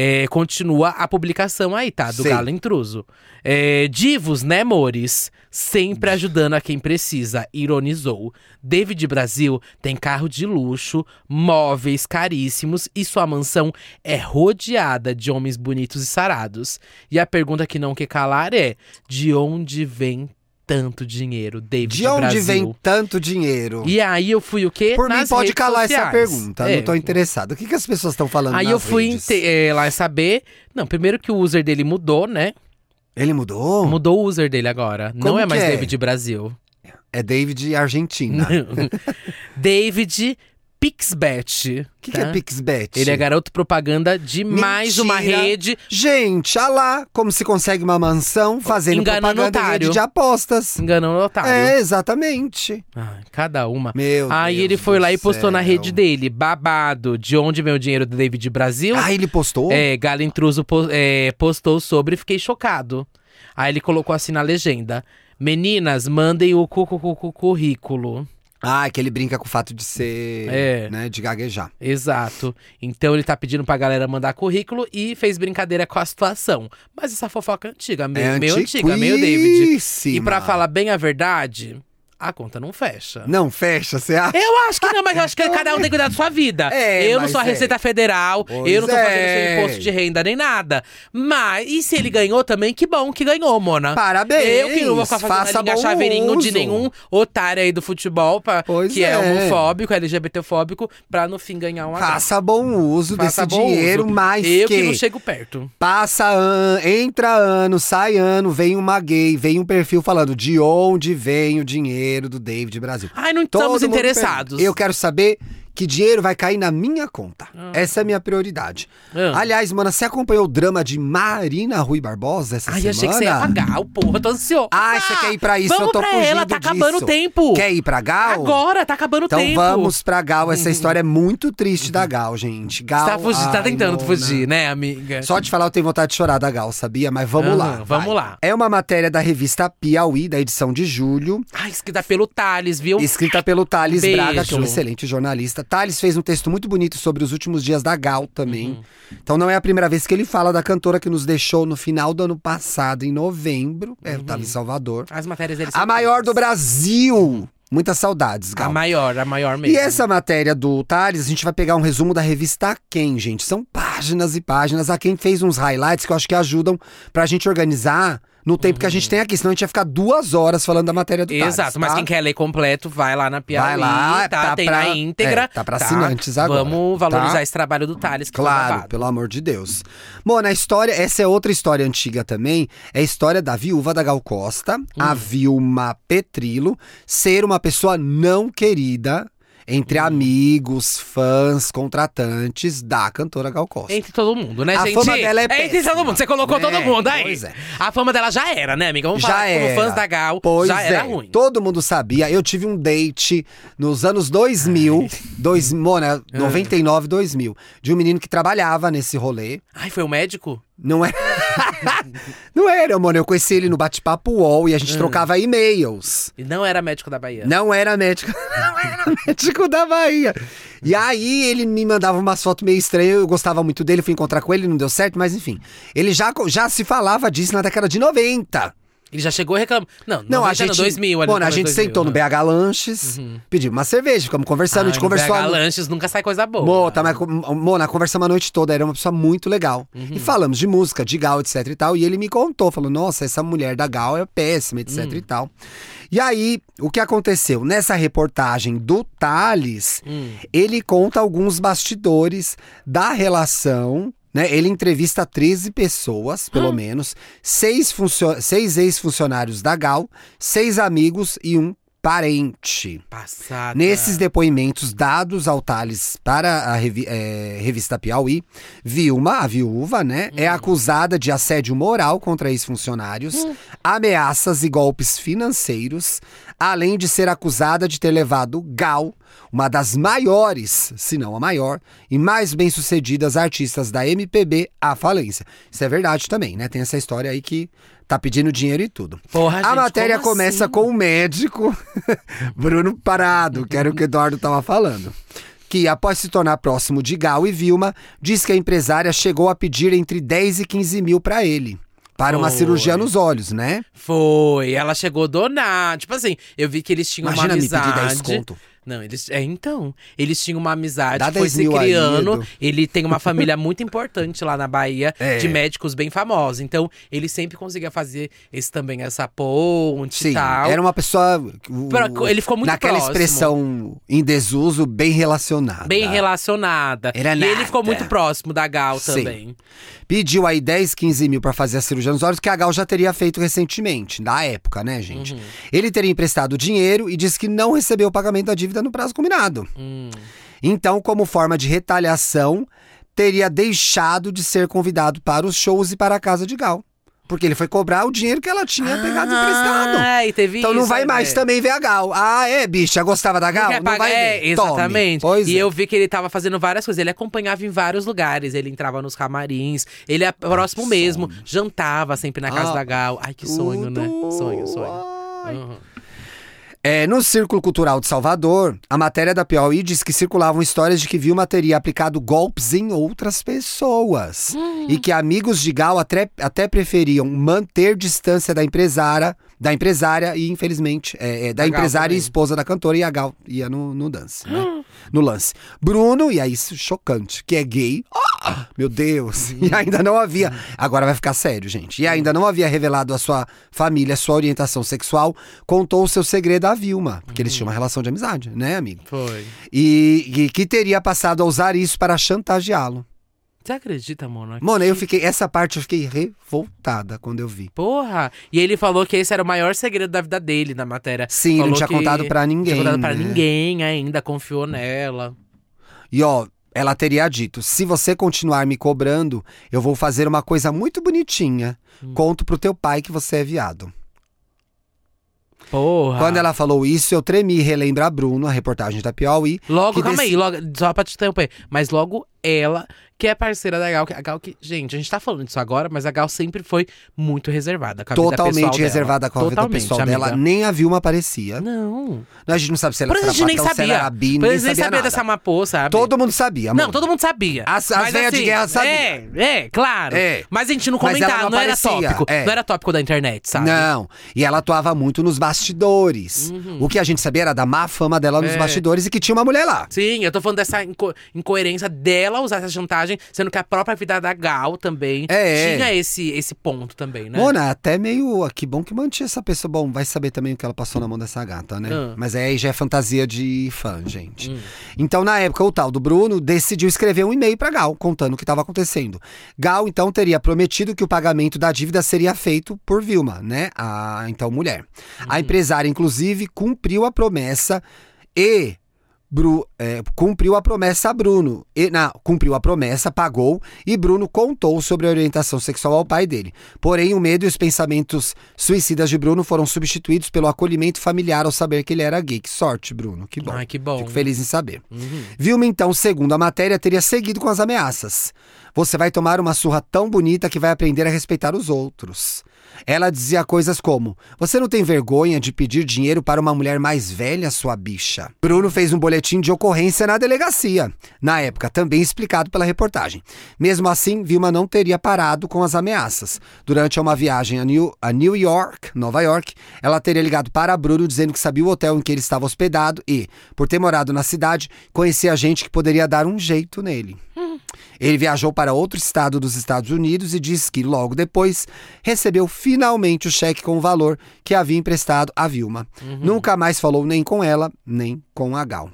S4: É, continua a publicação aí, tá? Do
S3: Sei.
S4: Galo Intruso. É, divos, né, Mores? Sempre ajudando a quem precisa, ironizou. David Brasil tem carro de luxo, móveis caríssimos e sua mansão é rodeada de homens bonitos e sarados. E a pergunta que não quer calar é: de onde vem tanto dinheiro, David
S3: De onde
S4: Brasil?
S3: vem tanto dinheiro?
S4: E aí eu fui o quê?
S3: Por mim,
S4: Nas
S3: pode
S4: redes
S3: calar essa
S4: sociais.
S3: pergunta.
S4: É.
S3: Não tô interessado. O que, que as pessoas estão falando
S4: Aí
S3: nas
S4: eu fui
S3: redes?
S4: inte- é, lá saber. Não, primeiro que o user dele mudou, né?
S3: Ele mudou?
S4: Mudou o user dele agora.
S3: Hum. Como
S4: não é
S3: que
S4: mais
S3: é? Tá.
S4: David Brasil.
S3: É David Argentina. O
S4: David Pixbet. O
S3: que, que é Pixbet?
S4: Ele é garoto propaganda de mais uma
S3: Mentira.
S4: rede.
S3: Gente, olha lá como se consegue uma mansão fazendo
S4: Engana
S3: propaganda em
S4: otário.
S3: rede de apostas.
S4: Enganando o otário.
S3: É, exatamente.
S4: Ai, cada uma.
S3: Meu
S4: Aí
S3: Deus
S4: ele foi
S3: do
S4: lá e postou na
S3: céu.
S4: rede dele, babado, de onde vem o dinheiro do David Brasil.
S3: Ah, ele postou?
S4: É, Galo Intruso po- é, postou sobre e fiquei chocado. Aí ele colocou assim na legenda: Meninas, mandem o cu, cu, cu, cu- currículo.
S3: Ah, que ele brinca com o fato de ser,
S4: É.
S3: né, de gaguejar.
S4: Exato. Então ele tá pedindo pra galera mandar currículo e fez brincadeira com a situação. Mas essa fofoca é antiga, meio,
S3: é
S4: meio antiga, meio David. E
S3: antiquíssima.
S4: pra falar bem a verdade, a conta não fecha.
S3: Não, fecha, você acha?
S4: Eu acho que não, mas eu acho que cada um tem que cuidar da sua vida.
S3: É,
S4: eu não
S3: mas
S4: sou a
S3: é.
S4: Receita Federal,
S3: Pois
S4: eu não tô fazendo
S3: é.
S4: seu imposto de renda nem nada. Mas, e se ele ganhou também, que bom que ganhou, Mona.
S3: Parabéns.
S4: É. Eu que não vou ficar fazendo
S3: faça
S4: a linha
S3: bom
S4: chaveirinho de
S3: uso.
S4: nenhum otário aí do futebol, pra,
S3: Pois
S4: que
S3: é.
S4: é homofóbico, LGBTfóbico, pra no fim ganhar um agrado.
S3: Faça bom uso
S4: Faça
S3: desse
S4: bom
S3: dinheiro,
S4: uso.
S3: mas
S4: Eu
S3: que,
S4: que não chego perto.
S3: passa ano, entra ano, sai ano, vem uma gay, vem um perfil falando de onde vem o dinheiro do David Brasil.
S4: Ai, não
S3: Todo
S4: Ah, estamos
S3: mundo
S4: interessados. Ah.
S3: pergunta. Eu quero saber que dinheiro vai cair na minha conta. Essa é a minha prioridade.
S4: Ah.
S3: Aliás, mana, você acompanhou o drama de Marina Rui Barbosa essa
S4: Ai,
S3: semana?
S4: achei que você ia pagar, o porra, tô ansioso.
S3: Ai, você quer ir pra isso?
S4: Vamos
S3: Eu tô
S4: pra
S3: fugindo
S4: ela, tá acabando
S3: disso.
S4: o tempo.
S3: Quer ir pra Gal?
S4: Agora, tá acabando o
S3: Então
S4: tempo. Uhum.
S3: vamos pra Gal. Essa história é muito triste da Gal, gente. Gal.
S4: Você tá, fugindo, tá
S3: ai,
S4: tentando
S3: Mona.
S4: fugir, né, amiga?
S3: Só te falar, eu tenho vontade de chorar da Gal, sabia? Mas vamos lá.
S4: Aham, vamos
S3: vai.
S4: lá.
S3: É uma matéria da revista Piauí, da edição de julho,
S4: Ai, escrita pelo Thales, viu?
S3: escrita pelo Thales
S4: Um Beijo.
S3: Braga, que é um excelente jornalista. Thales fez um texto muito bonito sobre os últimos dias da Gal também.
S4: Uhum.
S3: Então não é a primeira vez que ele fala da cantora que nos deixou no final do ano passado, em novembro. É, o
S4: Uhum.
S3: Thales Salvador.
S4: As matérias deles
S3: A
S4: são boas.
S3: maior do Brasil! Muitas saudades,
S4: A
S3: Gal.
S4: maior, a maior mesmo. né?
S3: E essa é matéria do Thales, a gente vai pegar um resumo da revista Quem, gente. São páginas e páginas. A Quem fez uns highlights que eu acho que ajudam pra gente organizar no tempo que a gente tem aqui. Senão a gente ia ficar duas horas falando da matéria do Thales.
S4: Uhum. Exato, mas
S3: tá?
S4: quem é quer ler completo, vai lá na Piauí,
S3: Vai lá,
S4: tá,
S3: tá
S4: tem
S3: pra-
S4: na íntegra.
S3: é, tá pra assinantes agora,
S4: Vamos valorizar
S3: tá?
S4: esse trabalho do Thales, que foi
S3: Claro,
S4: babado.
S3: pelo amor de Deus. Mona, a história, essa é outra história antiga também, é a história da viúva da Gal Costa,
S4: Hum.
S3: a Vilma Petrilo, ser uma pessoa não querida entre
S4: Uhum.
S3: amigos, fãs, contratantes da cantora Gal Costa.
S4: Entre todo mundo, né,
S3: A
S4: gente?
S3: fama dela é
S4: Entre
S3: péssima,
S4: todo mundo, você colocou
S3: né?
S4: todo mundo aí.
S3: Pois é.
S4: A fama dela já era, né, amiga? Vamos
S3: já
S4: falar
S3: era.
S4: como fãs da Gal,
S3: Pois
S4: já era
S3: é.
S4: ruim.
S3: Todo mundo sabia. Eu tive um date nos anos 2000, dois, Mona,
S4: Ah.
S3: 99, 2000, de um menino que trabalhava nesse rolê.
S4: Ai, foi o médico?
S3: Não é. Não era, mano. Eu conheci ele no bate-papo UOL e a
S4: Ah.
S3: gente trocava e-mails.
S4: E não era médico da Bahia.
S3: Não era médico. Não era médico da Bahia. E aí ele me mandava umas fotos meio estranhas, eu gostava muito dele, fui encontrar com ele, não deu certo, mas enfim. Ele já, co- já se falava disso na década de 90.
S4: Ele já chegou reclamando. Não,
S3: Não, a
S4: 90,
S3: gente.
S4: 2000 ali.
S3: mano, a
S4: começo
S3: gente
S4: 2000,
S3: sentou no
S4: né? Uhum. Ah,
S3: BH Lanches, pedimos uma cerveja, ficamos conversando, a gente
S4: Ai,
S3: conversou.
S4: BH
S3: a-
S4: Lanches nunca sai coisa boa. né?
S3: Mota, mas, Mona, conversamos a noite toda, era uma pessoa muito legal.
S4: Uhum.
S3: E falamos de música, de Gal, etc e tal. E ele me contou, falou, nossa, essa mulher da Gal é péssima, etc
S4: Hum.
S3: e tal. E aí, o que aconteceu? Nessa reportagem do Thales,
S4: Hum,
S3: ele conta alguns bastidores da relação... Né? Ele entrevista 13 pessoas, pelo menos, seis, funcio- seis ex-funcionários da Gal, seis amigos e um parente.
S4: Passada.
S3: Nesses depoimentos dados ao Thales para a revi- eh, revista Piauí, Vilma, a viúva, né, é acusada de assédio moral contra ex-funcionários, ameaças e golpes financeiros, além de ser acusada de ter levado Gal, uma das maiores, se não a maior, e mais bem-sucedidas artistas da MPB à falência. Isso é verdade também, né? Tem essa história aí que tá pedindo dinheiro e tudo.
S4: Porra,
S3: A
S4: gente,
S3: matéria
S4: como
S3: começa
S4: assim?
S3: com o médico Bruno Parado, que era o que o Eduardo estava falando. Que, após se tornar próximo de Gal e Vilma, diz que a empresária chegou a pedir entre 10 e 15 mil pra ele. Para uma
S4: Foi.
S3: cirurgia nos olhos, né?
S4: Foi, ela chegou donar. Tipo assim, eu vi que eles tinham uma
S3: Imagina me
S4: amizade.
S3: pedir 10 conto.
S4: Não, eles. É, então. Eles tinham uma amizade,
S3: Dá
S4: foi
S3: 10
S4: se
S3: mil aí,
S4: criando.
S3: Edu.
S4: ele tem uma família muito importante lá na Bahia,
S3: É.
S4: de médicos bem famosos. Então, ele sempre conseguia fazer esse também, essa ponte e
S3: Sim,
S4: tal.
S3: era uma pessoa. o-
S4: Pra- ele ficou muito
S3: Naquela
S4: próximo.
S3: expressão em desuso, bem relacionada.
S4: Bem relacionada.
S3: Ah, tá. Era
S4: e ele ficou
S3: nada.
S4: muito próximo da Gal
S3: Sim.
S4: também.
S3: Pediu aí 10, 15 mil pra fazer a cirurgia nos olhos, que a Gal já teria feito recentemente, na época, né,
S4: Uhum.
S3: gente? Ele teria emprestado dinheiro e disse que não recebeu o pagamento da dívida no prazo combinado.
S4: Hum.
S3: Então, como forma de retaliação, teria deixado de ser convidado para os shows e para a casa de Gal. Porque ele foi cobrar o dinheiro que ela tinha pegado emprestado.
S4: Ai, teve
S3: Então não
S4: Ah, isso,
S3: vai
S4: né?
S3: mais também ver a Gal. Ah, é, bicha, gostava da Gal?
S4: Quer
S3: Não
S4: pagar-
S3: vai
S4: é,
S3: ver. Tome.
S4: exatamente.
S3: Pois
S4: e
S3: é.
S4: eu vi que ele tava fazendo várias coisas. Ele acompanhava em vários lugares. Ele entrava nos camarins. Ele é próximo mesmo. Jantava sempre na casa
S3: Ah,
S4: da Gal. Ai, que sonho, né?
S3: Tudo.
S4: Sonho, sonho.
S3: Ai.
S4: Uhum.
S3: É, no Círculo Cultural de Salvador, a matéria da Piauí diz que circulavam histórias de que Vilma teria aplicado golpes em outras pessoas.
S4: Hum.
S3: E que amigos de Gal até, até preferiam manter distância da empresária, da empresária e, infelizmente, é, é, da
S4: A Gal
S3: empresária
S4: também.
S3: e
S4: Hum.
S3: esposa da cantora, e a Gal ia no, no dance, né? No lance. Bruno, e aí isso é chocante, que é gay. Ah, meu Deus! E ainda não havia. Agora vai ficar sério, gente. E ainda não havia revelado a sua família, sua orientação sexual, contou o seu segredo à Vilma. Porque
S4: Uhum.
S3: eles tinham uma relação de amizade, né, amigo?
S4: Foi.
S3: E, e que teria passado a usar isso para chantageá-lo.
S4: Você acredita, Mona?
S3: Mano, eu fiquei. Essa parte eu fiquei revoltada quando eu vi.
S4: Porra! E ele falou que esse era o maior segredo da vida dele na matéria.
S3: Sim, ele não
S4: Falou
S3: tinha
S4: que
S3: contado pra
S4: Não
S3: ninguém.
S4: tinha contado pra
S3: né?
S4: ninguém ainda, confiou nela.
S3: E ó, ela teria dito: se você continuar me cobrando, eu vou fazer uma coisa muito bonitinha.
S4: Hum.
S3: Conto pro teu pai que você é viado.
S4: Porra!
S3: Quando ela falou isso, eu tremi, relembra a Bruno, a reportagem da Piauí.
S4: Logo,
S3: que
S4: calma
S3: desse-
S4: aí, logo, só pra te interromper. Mas logo ela, que é parceira da Gal, que a Gal que. Gente, a gente tá falando disso agora, mas a Gal sempre foi muito reservada. Com a vida pessoal
S3: totalmente
S4: dela.
S3: reservada com a vida
S4: Totalmente,
S3: pessoal
S4: amiga.
S3: dela, nem a Vilma aparecia.
S4: Não.
S3: A gente não sabe se ela
S4: Por
S3: era
S4: isso a gente nem
S3: sapatão, se ela
S4: sabia.
S3: era bi,
S4: Por
S3: ninguém
S4: isso a gente nem
S3: sabia
S4: sabia
S3: nada.
S4: dessa mapô, sabe?
S3: Todo mundo sabia,
S4: Não,
S3: amor.
S4: todo mundo sabia.
S3: As- as
S4: Mas, assim,
S3: velhas de guerra sabiam.
S4: É, é, claro.
S3: É.
S4: Mas a gente não
S3: Mas ela
S4: comentava,
S3: não
S4: não, era
S3: aparecia,
S4: tópico.
S3: é.
S4: Não era tópico da internet, sabe?
S3: Não, e ela atuava muito nos bastidores. O que a gente sabia era da má fama dela nos
S4: Uhum. É.
S3: bastidores e que tinha uma mulher lá.
S4: Sim, eu tô falando dessa inco- incoerência dela usar essa chantagem, sendo que a própria vida da Gal também
S3: É, é.
S4: tinha esse, esse ponto também, né?
S3: Mona, até meio. ah, Que bom que mantinha essa pessoa. Bom, vai saber também o que ela passou na mão dessa gata, né?
S4: Ah. Hum.
S3: Mas aí já é fantasia de fã, gente. Então, na época, o tal do Bruno decidiu escrever um e-mail pra Gal, contando o que estava acontecendo. Gal, então, teria prometido que o pagamento da dívida seria feito por Vilma, né? A então mulher.
S4: Hum.
S3: A empresária, inclusive, cumpriu a promessa e. Bru- é, cumpriu a promessa a Bruno. E, na, cumpriu a promessa, pagou, e Bruno contou sobre a orientação sexual ao pai dele. Porém, o medo e os pensamentos suicidas de Bruno foram substituídos pelo acolhimento familiar ao saber que ele era gay. Que sorte, Bruno. Que bom.
S4: Ai, que bom. né?
S3: Fico feliz em saber. Vilma, então, segundo a matéria, teria seguido com as ameaças. Você vai tomar uma surra tão bonita que vai aprender a respeitar os outros. Ela dizia coisas como: Você não tem vergonha de pedir dinheiro para uma mulher mais velha, sua bicha? Bruno fez um boletim de ocorrência na delegacia, na época também explicado pela reportagem. Mesmo assim, Vilma não teria parado com as ameaças. Durante uma viagem a New, a New York, Nova York, ela teria ligado para Bruno dizendo que sabia o hotel em que ele estava hospedado e, por ter morado na cidade, conhecia gente que poderia dar um jeito nele. Ele viajou para outro estado dos Estados Unidos e diz que logo depois recebeu finalmente o cheque com o valor que havia emprestado a Vilma. Nunca mais falou nem com ela, nem com a Gal.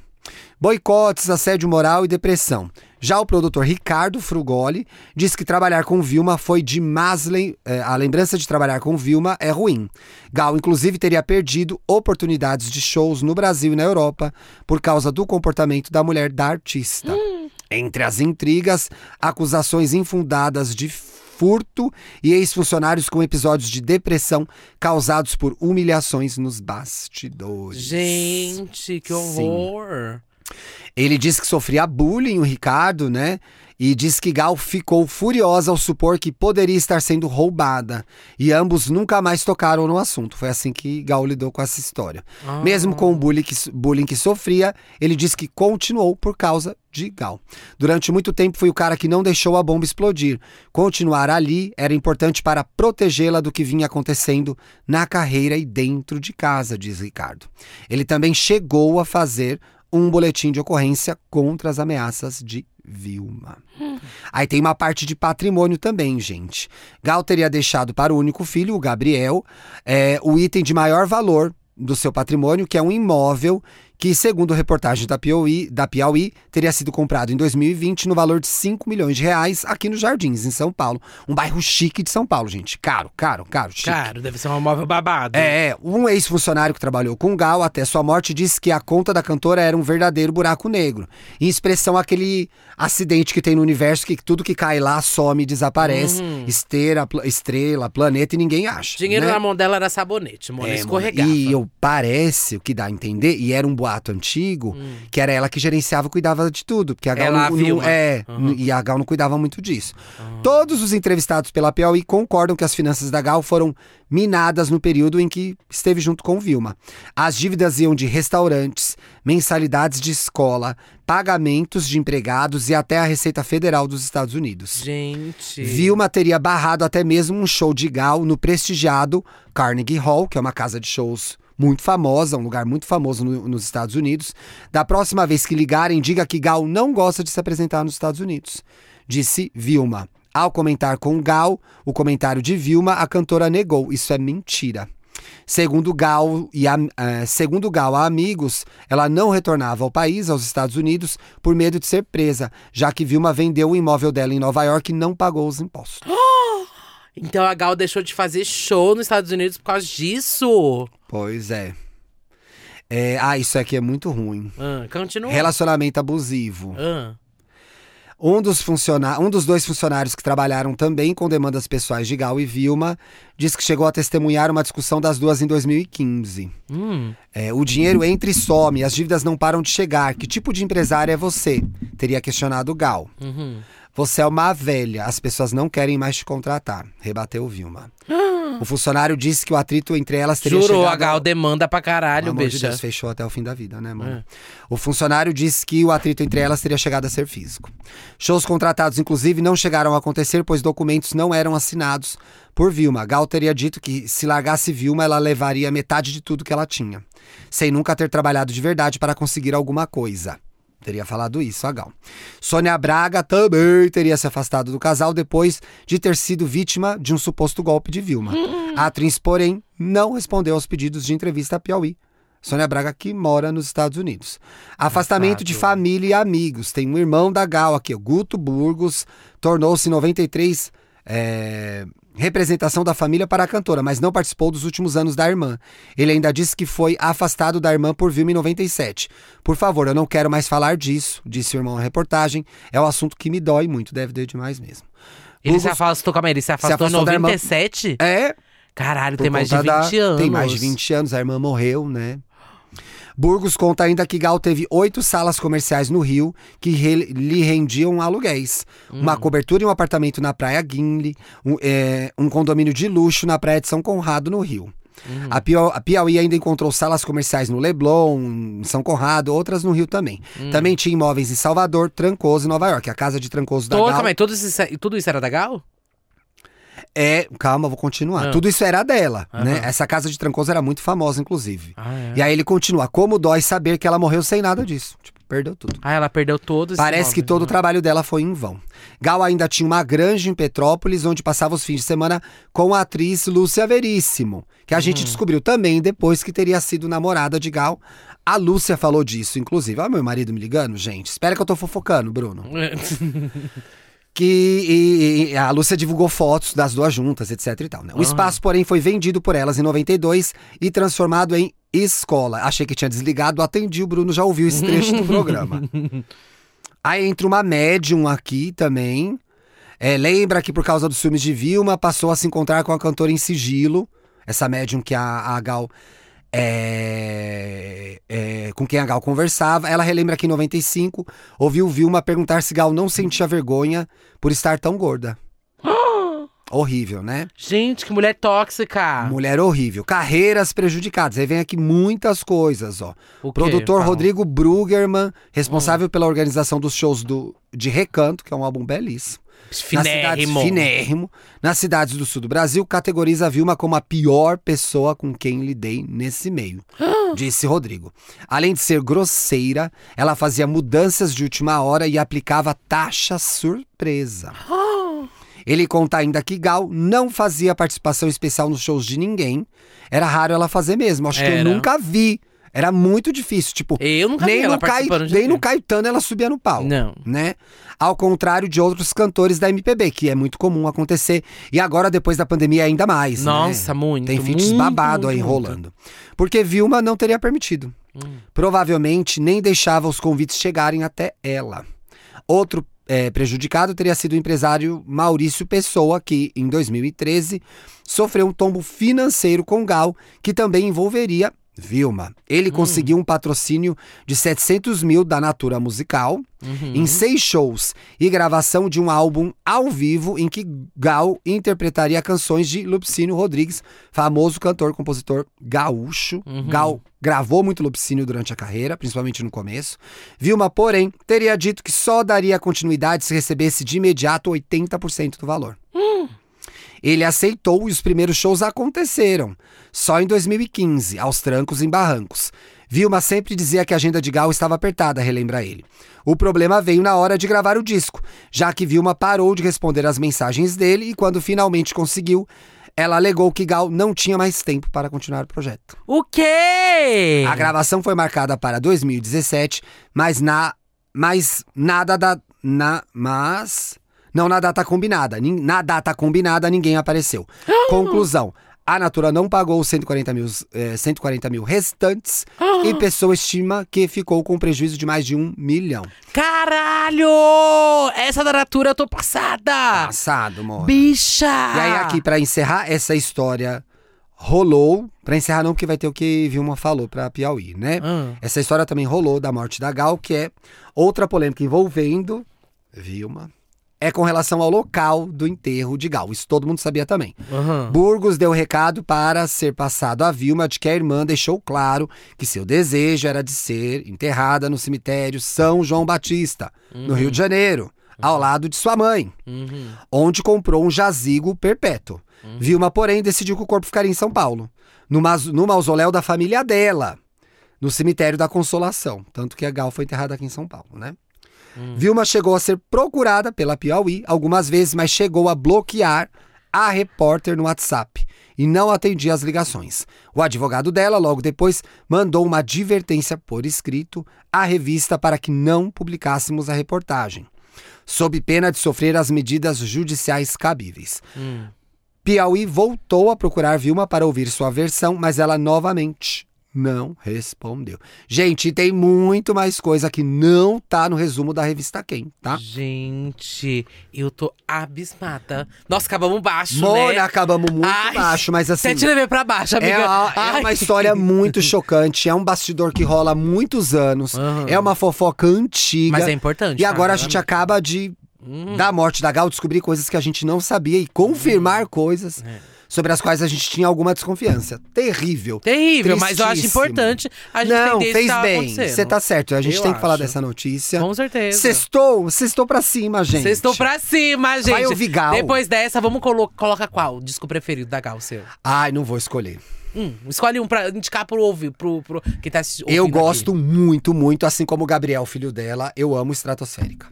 S3: Boicotes, assédio moral e depressão. Já o produtor Ricardo Frugoli diz que trabalhar com Vilma foi de Masley. eh, a lembrança de trabalhar com Vilma é ruim. Gal, inclusive, teria perdido oportunidades de shows no Brasil e na Europa por causa do comportamento da mulher da artista. Entre as intrigas, acusações infundadas de furto e ex-funcionários com episódios de depressão causados por humilhações nos bastidores.
S4: Gente, que horror.
S3: Ele diz que sofria bullying, o Ricardo, né? E diz que Gal ficou furiosa ao supor que poderia estar sendo roubada. E ambos nunca mais tocaram no assunto. Foi assim que Gal lidou com essa história. Ah,
S4: Ah.
S3: Mesmo com o bullying que, bullying que sofria, ele diz que continuou por causa de Gal. Durante muito tempo foi o cara que não deixou a bomba explodir. Continuar ali era importante para protegê-la do que vinha acontecendo na carreira e dentro de casa, diz Ricardo. Ele também chegou a fazer um boletim de ocorrência contra as ameaças de Vilma. Aí tem uma parte de patrimônio também, gente. Gal teria deixado para o único filho, o Gabriel, eh, o item de maior valor do seu patrimônio, que é um imóvel que, segundo reportagem da Piauí, da Piauí, teria sido comprado em 2020 no valor de 5 milhões de reais aqui nos Jardins, em São Paulo. Um bairro chique de São Paulo, gente. Caro, caro, caro, chique.
S4: Cara, deve ser um móvel babado.
S3: É, é. um ex-funcionário que trabalhou com Gal até sua morte disse que a conta da cantora era um verdadeiro buraco negro. Em expressão àquele acidente que tem no universo que tudo que cai lá some e desaparece. Esteira, pla- estrela, planeta e ninguém acha.
S4: Dinheiro
S3: né?
S4: na mão dela era sabonete, mano.
S3: É,
S4: escorregava.
S3: mano, E eu parece o que dá a entender, e era um boato antigo, que era ela que gerenciava e cuidava de tudo. Porque a Gal
S4: Hum. Ela, a
S3: não, não,
S4: Vilma.
S3: é,
S4: Uhum.
S3: e a Gal não cuidava muito disso. Todos os entrevistados pela Piauí concordam que as finanças da Gal foram minadas no período em que esteve junto com Vilma. As dívidas iam de restaurantes, mensalidades de escola, pagamentos de empregados e até a Receita Federal dos Estados Unidos.
S4: Gente.
S3: Vilma teria barrado até mesmo um show de Gal no prestigiado Carnegie Hall, que é uma casa de shows muito famosa, um lugar muito famoso no- nos Estados Unidos. Da próxima vez que ligarem, diga que Gal não gosta de se apresentar nos Estados Unidos, disse Vilma. Ao comentar com Gal, o comentário de Vilma, a cantora negou. Isso é mentira. Segundo Gal, e am- eh, segundo Gal a amigos, ela não retornava ao país, aos Estados Unidos, por medo de ser presa, já que Vilma vendeu o imóvel dela em Nova York e não pagou os impostos.
S4: Então a Gal deixou de fazer show nos Estados Unidos por causa disso.
S3: Pois é. É, ah, isso aqui é muito ruim.
S4: Ah,
S3: Hum.
S4: continua.
S3: Relacionamento abusivo.
S4: Ah,
S3: Um dos, funciona- um dos dois funcionários que trabalharam também com demandas pessoais de Gal e Vilma diz que chegou a testemunhar uma discussão das duas em 2015.
S4: hum.
S3: É, o dinheiro entra e some, as dívidas não param de chegar. Que tipo de empresário é você? Teria questionado Gal.
S4: Uhum.
S3: Você é uma velha, as pessoas não querem mais te contratar, rebateu Vilma. o funcionário disse que o atrito entre elas teria
S4: Jurou,
S3: chegado...
S4: a Gal um demanda pra caralho,
S3: Pelo amor de
S4: bicha.
S3: Deus, fechou até o fim da vida, né, mano?
S4: É.
S3: O funcionário disse que o atrito entre elas teria chegado a ser físico. Shows contratados, inclusive, não chegaram a acontecer, pois documentos não eram assinados por Vilma. Gal teria dito que se largasse Vilma, ela levaria metade de tudo que ela tinha, sem nunca ter trabalhado de verdade para conseguir alguma coisa. Teria falado isso, a Gal. Sônia Braga também teria se afastado do casal depois de ter sido vítima de um suposto golpe de Vilma. A atriz, porém, não respondeu aos pedidos de entrevista à Piauí. Sônia Braga, que mora nos Estados Unidos. Afastamento de família e amigos. Tem um irmão da Gal aqui, o Guto Burgos, tornou-se em 93 é, representação da família para a cantora, mas não participou dos últimos anos da irmã. Ele ainda disse que foi afastado da irmã por Vilma em 97. Por favor, eu não quero mais falar disso, disse o irmão na reportagem. É um assunto que me dói muito, deve doer demais mesmo.
S4: Ele se
S3: Burgos-
S4: afastou, calma aí, ele se afastou em
S3: afastou da irmã-
S4: 97?
S3: É,
S4: Caralho,
S3: por
S4: tem mais de
S3: conta
S4: 20
S3: da-
S4: anos.
S3: Tem mais de 20 anos, a irmã morreu, né? Burgos conta ainda que Gal teve oito salas comerciais no Rio que re- lhe rendiam aluguéis.
S4: Hum.
S3: Uma cobertura em um apartamento na Praia Guinle, um, é, um condomínio de luxo na Praia de São Conrado, no Rio.
S4: Hum. Uhum.
S3: A, Piau- a Piauí ainda encontrou salas comerciais no Leblon, em São Conrado, outras no Rio também.
S4: Hum.
S3: Também tinha imóveis em Salvador, Trancoso e Nova York. A casa de Trancoso da
S4: Todo,
S3: Gal
S4: calma aí, tudo isso, tudo isso era da Gal?
S3: é... Calma, vou continuar.
S4: Ah.
S3: Tudo isso era dela, né?
S4: Aham.
S3: Essa casa de Trancoso era muito famosa, inclusive.
S4: Ah, é.
S3: E aí ele continua, como dói saber que ela morreu sem nada disso. Tipo, perdeu tudo.
S4: Ah, ela perdeu todos.
S3: Parece que
S4: né?
S3: todo o trabalho dela foi em vão. Gal ainda tinha uma granja em Petrópolis, onde passava os fins de semana com a atriz Lúcia Veríssimo, que a gente descobriu também depois que teria sido namorada de Gal. A Lúcia falou disso, inclusive. Olha meu marido me ligando, gente. Espera que eu tô fofocando, Bruno
S4: Uhum.
S3: que e- e a Lúcia divulgou fotos das duas juntas, etc e tal. né? O espaço, porém, foi vendido por elas em 92 e transformado em escola. Achei que tinha desligado, atendi, o Bruno já ouviu esse trecho do programa. Aí entra uma médium aqui também. É, lembra que por causa dos filmes de Vilma, passou a se encontrar com a cantora em sigilo. Essa médium que a, a Gal... é, é, com quem a Gal conversava. Ela relembra que em 95 ouviu Vilma perguntar se Gal não sentia vergonha por estar tão gorda. Horrível, né?
S4: Gente, que mulher tóxica.
S3: Mulher horrível. Carreiras prejudicadas. Aí vem aqui muitas coisas, ó.
S4: O quê?
S3: Produtor
S4: Fala. Hum.
S3: Rodrigo Brugerman, responsável pela organização dos shows do, de Recanto, que é um álbum belíssimo. Nas cidades-
S4: Finérrimo.
S3: finérrimo. Nas cidades do sul do Brasil, categoriza a Vilma como a pior pessoa com quem lidei nesse meio, disse Rodrigo. Além de ser grosseira, ela fazia mudanças de última hora e aplicava taxa surpresa. Ele conta ainda que Gal não fazia participação especial nos shows de ninguém. Era raro ela fazer mesmo. Acho que eu
S4: Era.
S3: nunca vi. Era muito difícil. Tipo,
S4: Eu nunca vi
S3: nem,
S4: ela
S3: no, Cai,
S4: participando de
S3: nem
S4: filme.
S3: no Caetano ela subia no palco
S4: Não.
S3: né? Ao contrário de outros cantores da MPB, que é muito comum acontecer. E agora, depois da pandemia, ainda mais. né?
S4: Nossa, muito,
S3: Tem feats
S4: muito,
S3: babado aí
S4: muito, Hum.
S3: rolando. Porque Vilma não teria permitido. Provavelmente nem deixava os convites chegarem até ela. Outro eh, prejudicado teria sido o empresário Maurício Pessoa, que em 2013 sofreu um tombo financeiro com Gal, que também envolveria Vilma.
S4: Hum.
S3: Ele conseguiu um patrocínio de 700 mil da Natura Musical
S4: Uhum.
S3: em seis shows e gravação de um álbum ao vivo em que Gal interpretaria canções de Lupicínio Rodrigues, famoso cantor, compositor gaúcho. Gal gravou muito Lupicínio durante a carreira, principalmente no começo. Vilma, porém, teria dito que só daria continuidade se recebesse de imediato 80% do valor. Ele aceitou e os primeiros shows aconteceram, só em 2015, aos trancos e barrancos. Vilma sempre dizia que a agenda de Gal estava apertada, relembra ele. O problema veio na hora de gravar o disco, já que Vilma parou de responder às mensagens dele e quando finalmente conseguiu, ela alegou que Gal não tinha mais tempo para continuar o projeto.
S4: O quê?
S3: A gravação foi marcada para 2017, mas na mas nada da na mas não na data combinada. Nin- Na data combinada ninguém apareceu. Conclusão. A Natura não pagou os 140 mil, eh, 140 mil restantes e pessoa estima que ficou com prejuízo de mais de um milhão.
S4: Caralho! Essa da Natura eu tô passada!
S3: Passado, amor.
S4: Bicha!
S3: né? E aí, aqui, pra encerrar essa história, rolou. Pra encerrar, não, porque vai ter o que Vilma falou pra Piauí, né?
S4: Ah.
S3: Essa história também rolou da morte da Gal, que é outra polêmica envolvendo Vilma. É com relação ao local do enterro de Gal. Isso todo mundo sabia também.
S4: Aham.
S3: Burgos deu um recado para ser passado a Vilma de que a irmã deixou claro que seu desejo era de ser enterrada no cemitério São João Batista, no Rio de Janeiro, ao lado de sua mãe
S4: Uhum.
S3: onde comprou um jazigo perpétuo. Vilma, porém, decidiu que o corpo ficaria em São Paulo, no, mas- no mausoléu da família dela, no cemitério da Consolação. Tanto que a Gal foi enterrada aqui em São Paulo, né? Vilma chegou a ser procurada pela Piauí algumas vezes, mas chegou a bloquear a repórter no WhatsApp e não atendia as ligações. O advogado dela, logo depois, mandou uma advertência por escrito à revista para que não publicássemos a reportagem sob pena de sofrer as medidas judiciais cabíveis.
S4: uhum.
S3: Piauí voltou a procurar Vilma para ouvir sua versão, mas ela novamente não respondeu. Gente, tem muito mais coisa que não tá no resumo da revista Quem, tá?
S4: Gente, eu tô abismada. Nossa, acabamos baixo,
S3: Mona,
S4: né?
S3: acabamos muito
S4: Ai,
S3: baixo, mas assim.
S4: Sete levei pra baixo, amiga.
S3: É, a- é
S4: Ai.
S3: uma história muito chocante, é um bastidor que rola há muitos anos,
S4: Aham.
S3: é uma fofoca antiga.
S4: Ah. Mas é importante.
S3: e
S4: tá?
S3: agora a gente acaba de,
S4: Hum,
S3: da morte da Gal, descobrir coisas que a gente não sabia e confirmar
S4: Hum.
S3: coisas
S4: É.
S3: sobre as quais a gente tinha alguma desconfiança. Terrível.
S4: Terrível, mas eu acho
S3: Tristíssimo.
S4: importante a gente
S3: Não,
S4: entender
S3: fez
S4: isso que tá
S3: bem.
S4: acontecendo.
S3: Você tá certo. A gente
S4: Eu
S3: tem que falar
S4: acho.
S3: dessa notícia.
S4: Com certeza.
S3: Sextou, sextou pra cima, gente.
S4: Vocês estão pra cima, gente.
S3: Vai ouvir Gal?
S4: Depois dessa, vamos colo coloca qual? Disco preferido da Gal, seu.
S3: Ai, não vou escolher.
S4: Hum, escolhe um pra indicar pro ouvir, pro, pro quem tá assistindo.
S3: eu gosto muito, muito, assim como o Gabriel, filho dela, eu amo estratosférica.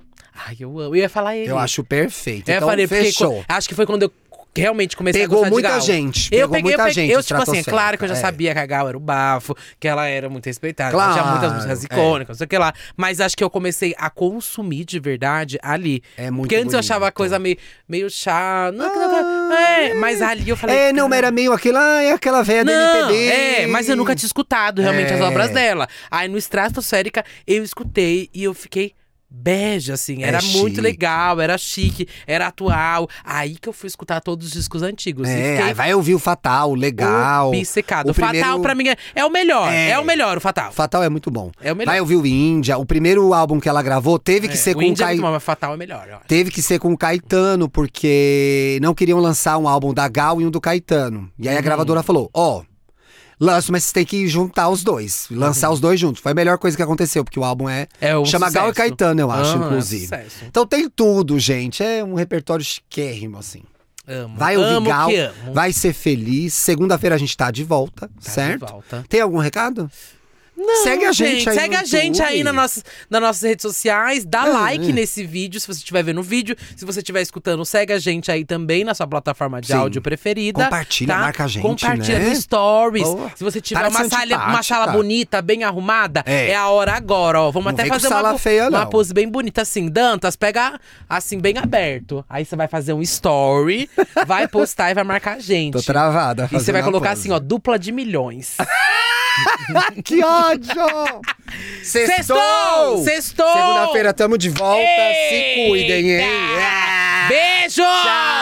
S4: Ai, eu amo. Eu ia falar ele.
S3: Eu acho perfeito.
S4: É, Eu
S3: então,
S4: falei, porque
S3: fechou.
S4: co- acho que foi quando eu realmente comecei
S3: Pegou
S4: a gostar
S3: muita
S4: de Gal.
S3: gente,
S4: Eu
S3: pegou
S4: peguei,
S3: muita
S4: eu peguei,
S3: gente
S4: eu, tipo assim, é
S3: estratosférica,
S4: claro que eu já
S3: é.
S4: sabia que a Gal era o bafo, que ela era muito respeitada. ela tinha
S3: Claro,
S4: muitas músicas
S3: é.
S4: icônicas, não sei o que lá. Mas acho que eu comecei a consumir de verdade ali.
S3: É muito
S4: Porque antes eu achava a
S3: bonito. Ah.
S4: coisa meio, meio chata. Não, não, não, é, mas ali eu falei.
S3: é, não, mas era meio aquela, é aquela velha do
S4: Não,
S3: MPB.
S4: é, mas eu nunca tinha escutado realmente as
S3: É.
S4: obras dela. Aí no Estratosférica eu escutei e eu fiquei beja, assim.
S3: É
S4: Era muito
S3: chique.
S4: legal, era chique, era atual. Aí que eu fui escutar todos os discos antigos. e
S3: É,
S4: fiquei
S3: aí vai ouvir o Fatal, o legal.
S4: obcecado. O,
S3: O
S4: Fatal
S3: primeiro-
S4: pra mim é, é o melhor, é.
S3: É.
S4: o melhor o Fatal.
S3: Fatal é muito bom.
S4: É o melhor.
S3: Vai ouvir o Índia. O primeiro álbum que ela gravou teve que
S4: É,
S3: ser
S4: o
S3: com o
S4: Índia é
S3: Kai...
S4: muito bom, mas Fatal é melhor, eu acho.
S3: Teve que ser com o Caetano, porque não queriam lançar um álbum da Gal e um do Caetano. E
S4: Uhum.
S3: aí a gravadora falou: Ó, lança, mas você tem que juntar os dois. Lançar os dois juntos. Foi a melhor coisa que aconteceu, porque o álbum é.
S4: É um
S3: chama Gal e
S4: sucesso.
S3: Caetano, eu acho,
S4: Aham, é um
S3: inclusive.
S4: sucesso.
S3: então tem tudo, gente. É um repertório chiquérrimo, assim.
S4: Amo.
S3: Vai ouvir
S4: amo
S3: Gal,
S4: que amo. Tá
S3: vai ser feliz. Segunda-feira a gente tá de volta,
S4: de
S3: certo?
S4: volta.
S3: Tem algum recado?
S4: Não,
S3: Segue a gente aí
S4: Segue
S3: no
S4: a Hum, gente aí
S3: YouTube.
S4: nas nossas, nas nossas redes sociais. Dá
S3: É.
S4: like nesse vídeo, se você estiver vendo o vídeo. Se você estiver escutando, segue a gente aí também na sua plataforma de
S3: Sim.
S4: áudio preferida.
S3: Compartilha,
S4: tá?
S3: marca a gente,
S4: Compartilha
S3: né?
S4: no Stories.
S3: Boa.
S4: Se você tiver
S3: Para de
S4: uma
S3: ser
S4: sala, uma sala
S3: é antipática.
S4: bonita, bem arrumada, é.
S3: É.
S4: a hora agora, ó. Vamos
S3: Não
S4: até
S3: vem com
S4: fazer uma,
S3: sala
S4: po-
S3: feia,
S4: uma
S3: não.
S4: pose bem bonita, assim. Dantas, pega assim, bem aberto. Aí você vai fazer um story, vai postar e vai marcar a gente.
S3: Tô travada.
S4: E você vai
S3: fazendo a
S4: colocar
S3: pose. Ah,
S4: assim, ó, dupla de milhões.
S3: Que ódio!
S4: Sextou! Sextou!
S3: Segunda-feira tamo de volta. Se cuidem, hein? É.
S4: Eita! Beijo!
S3: Tchau!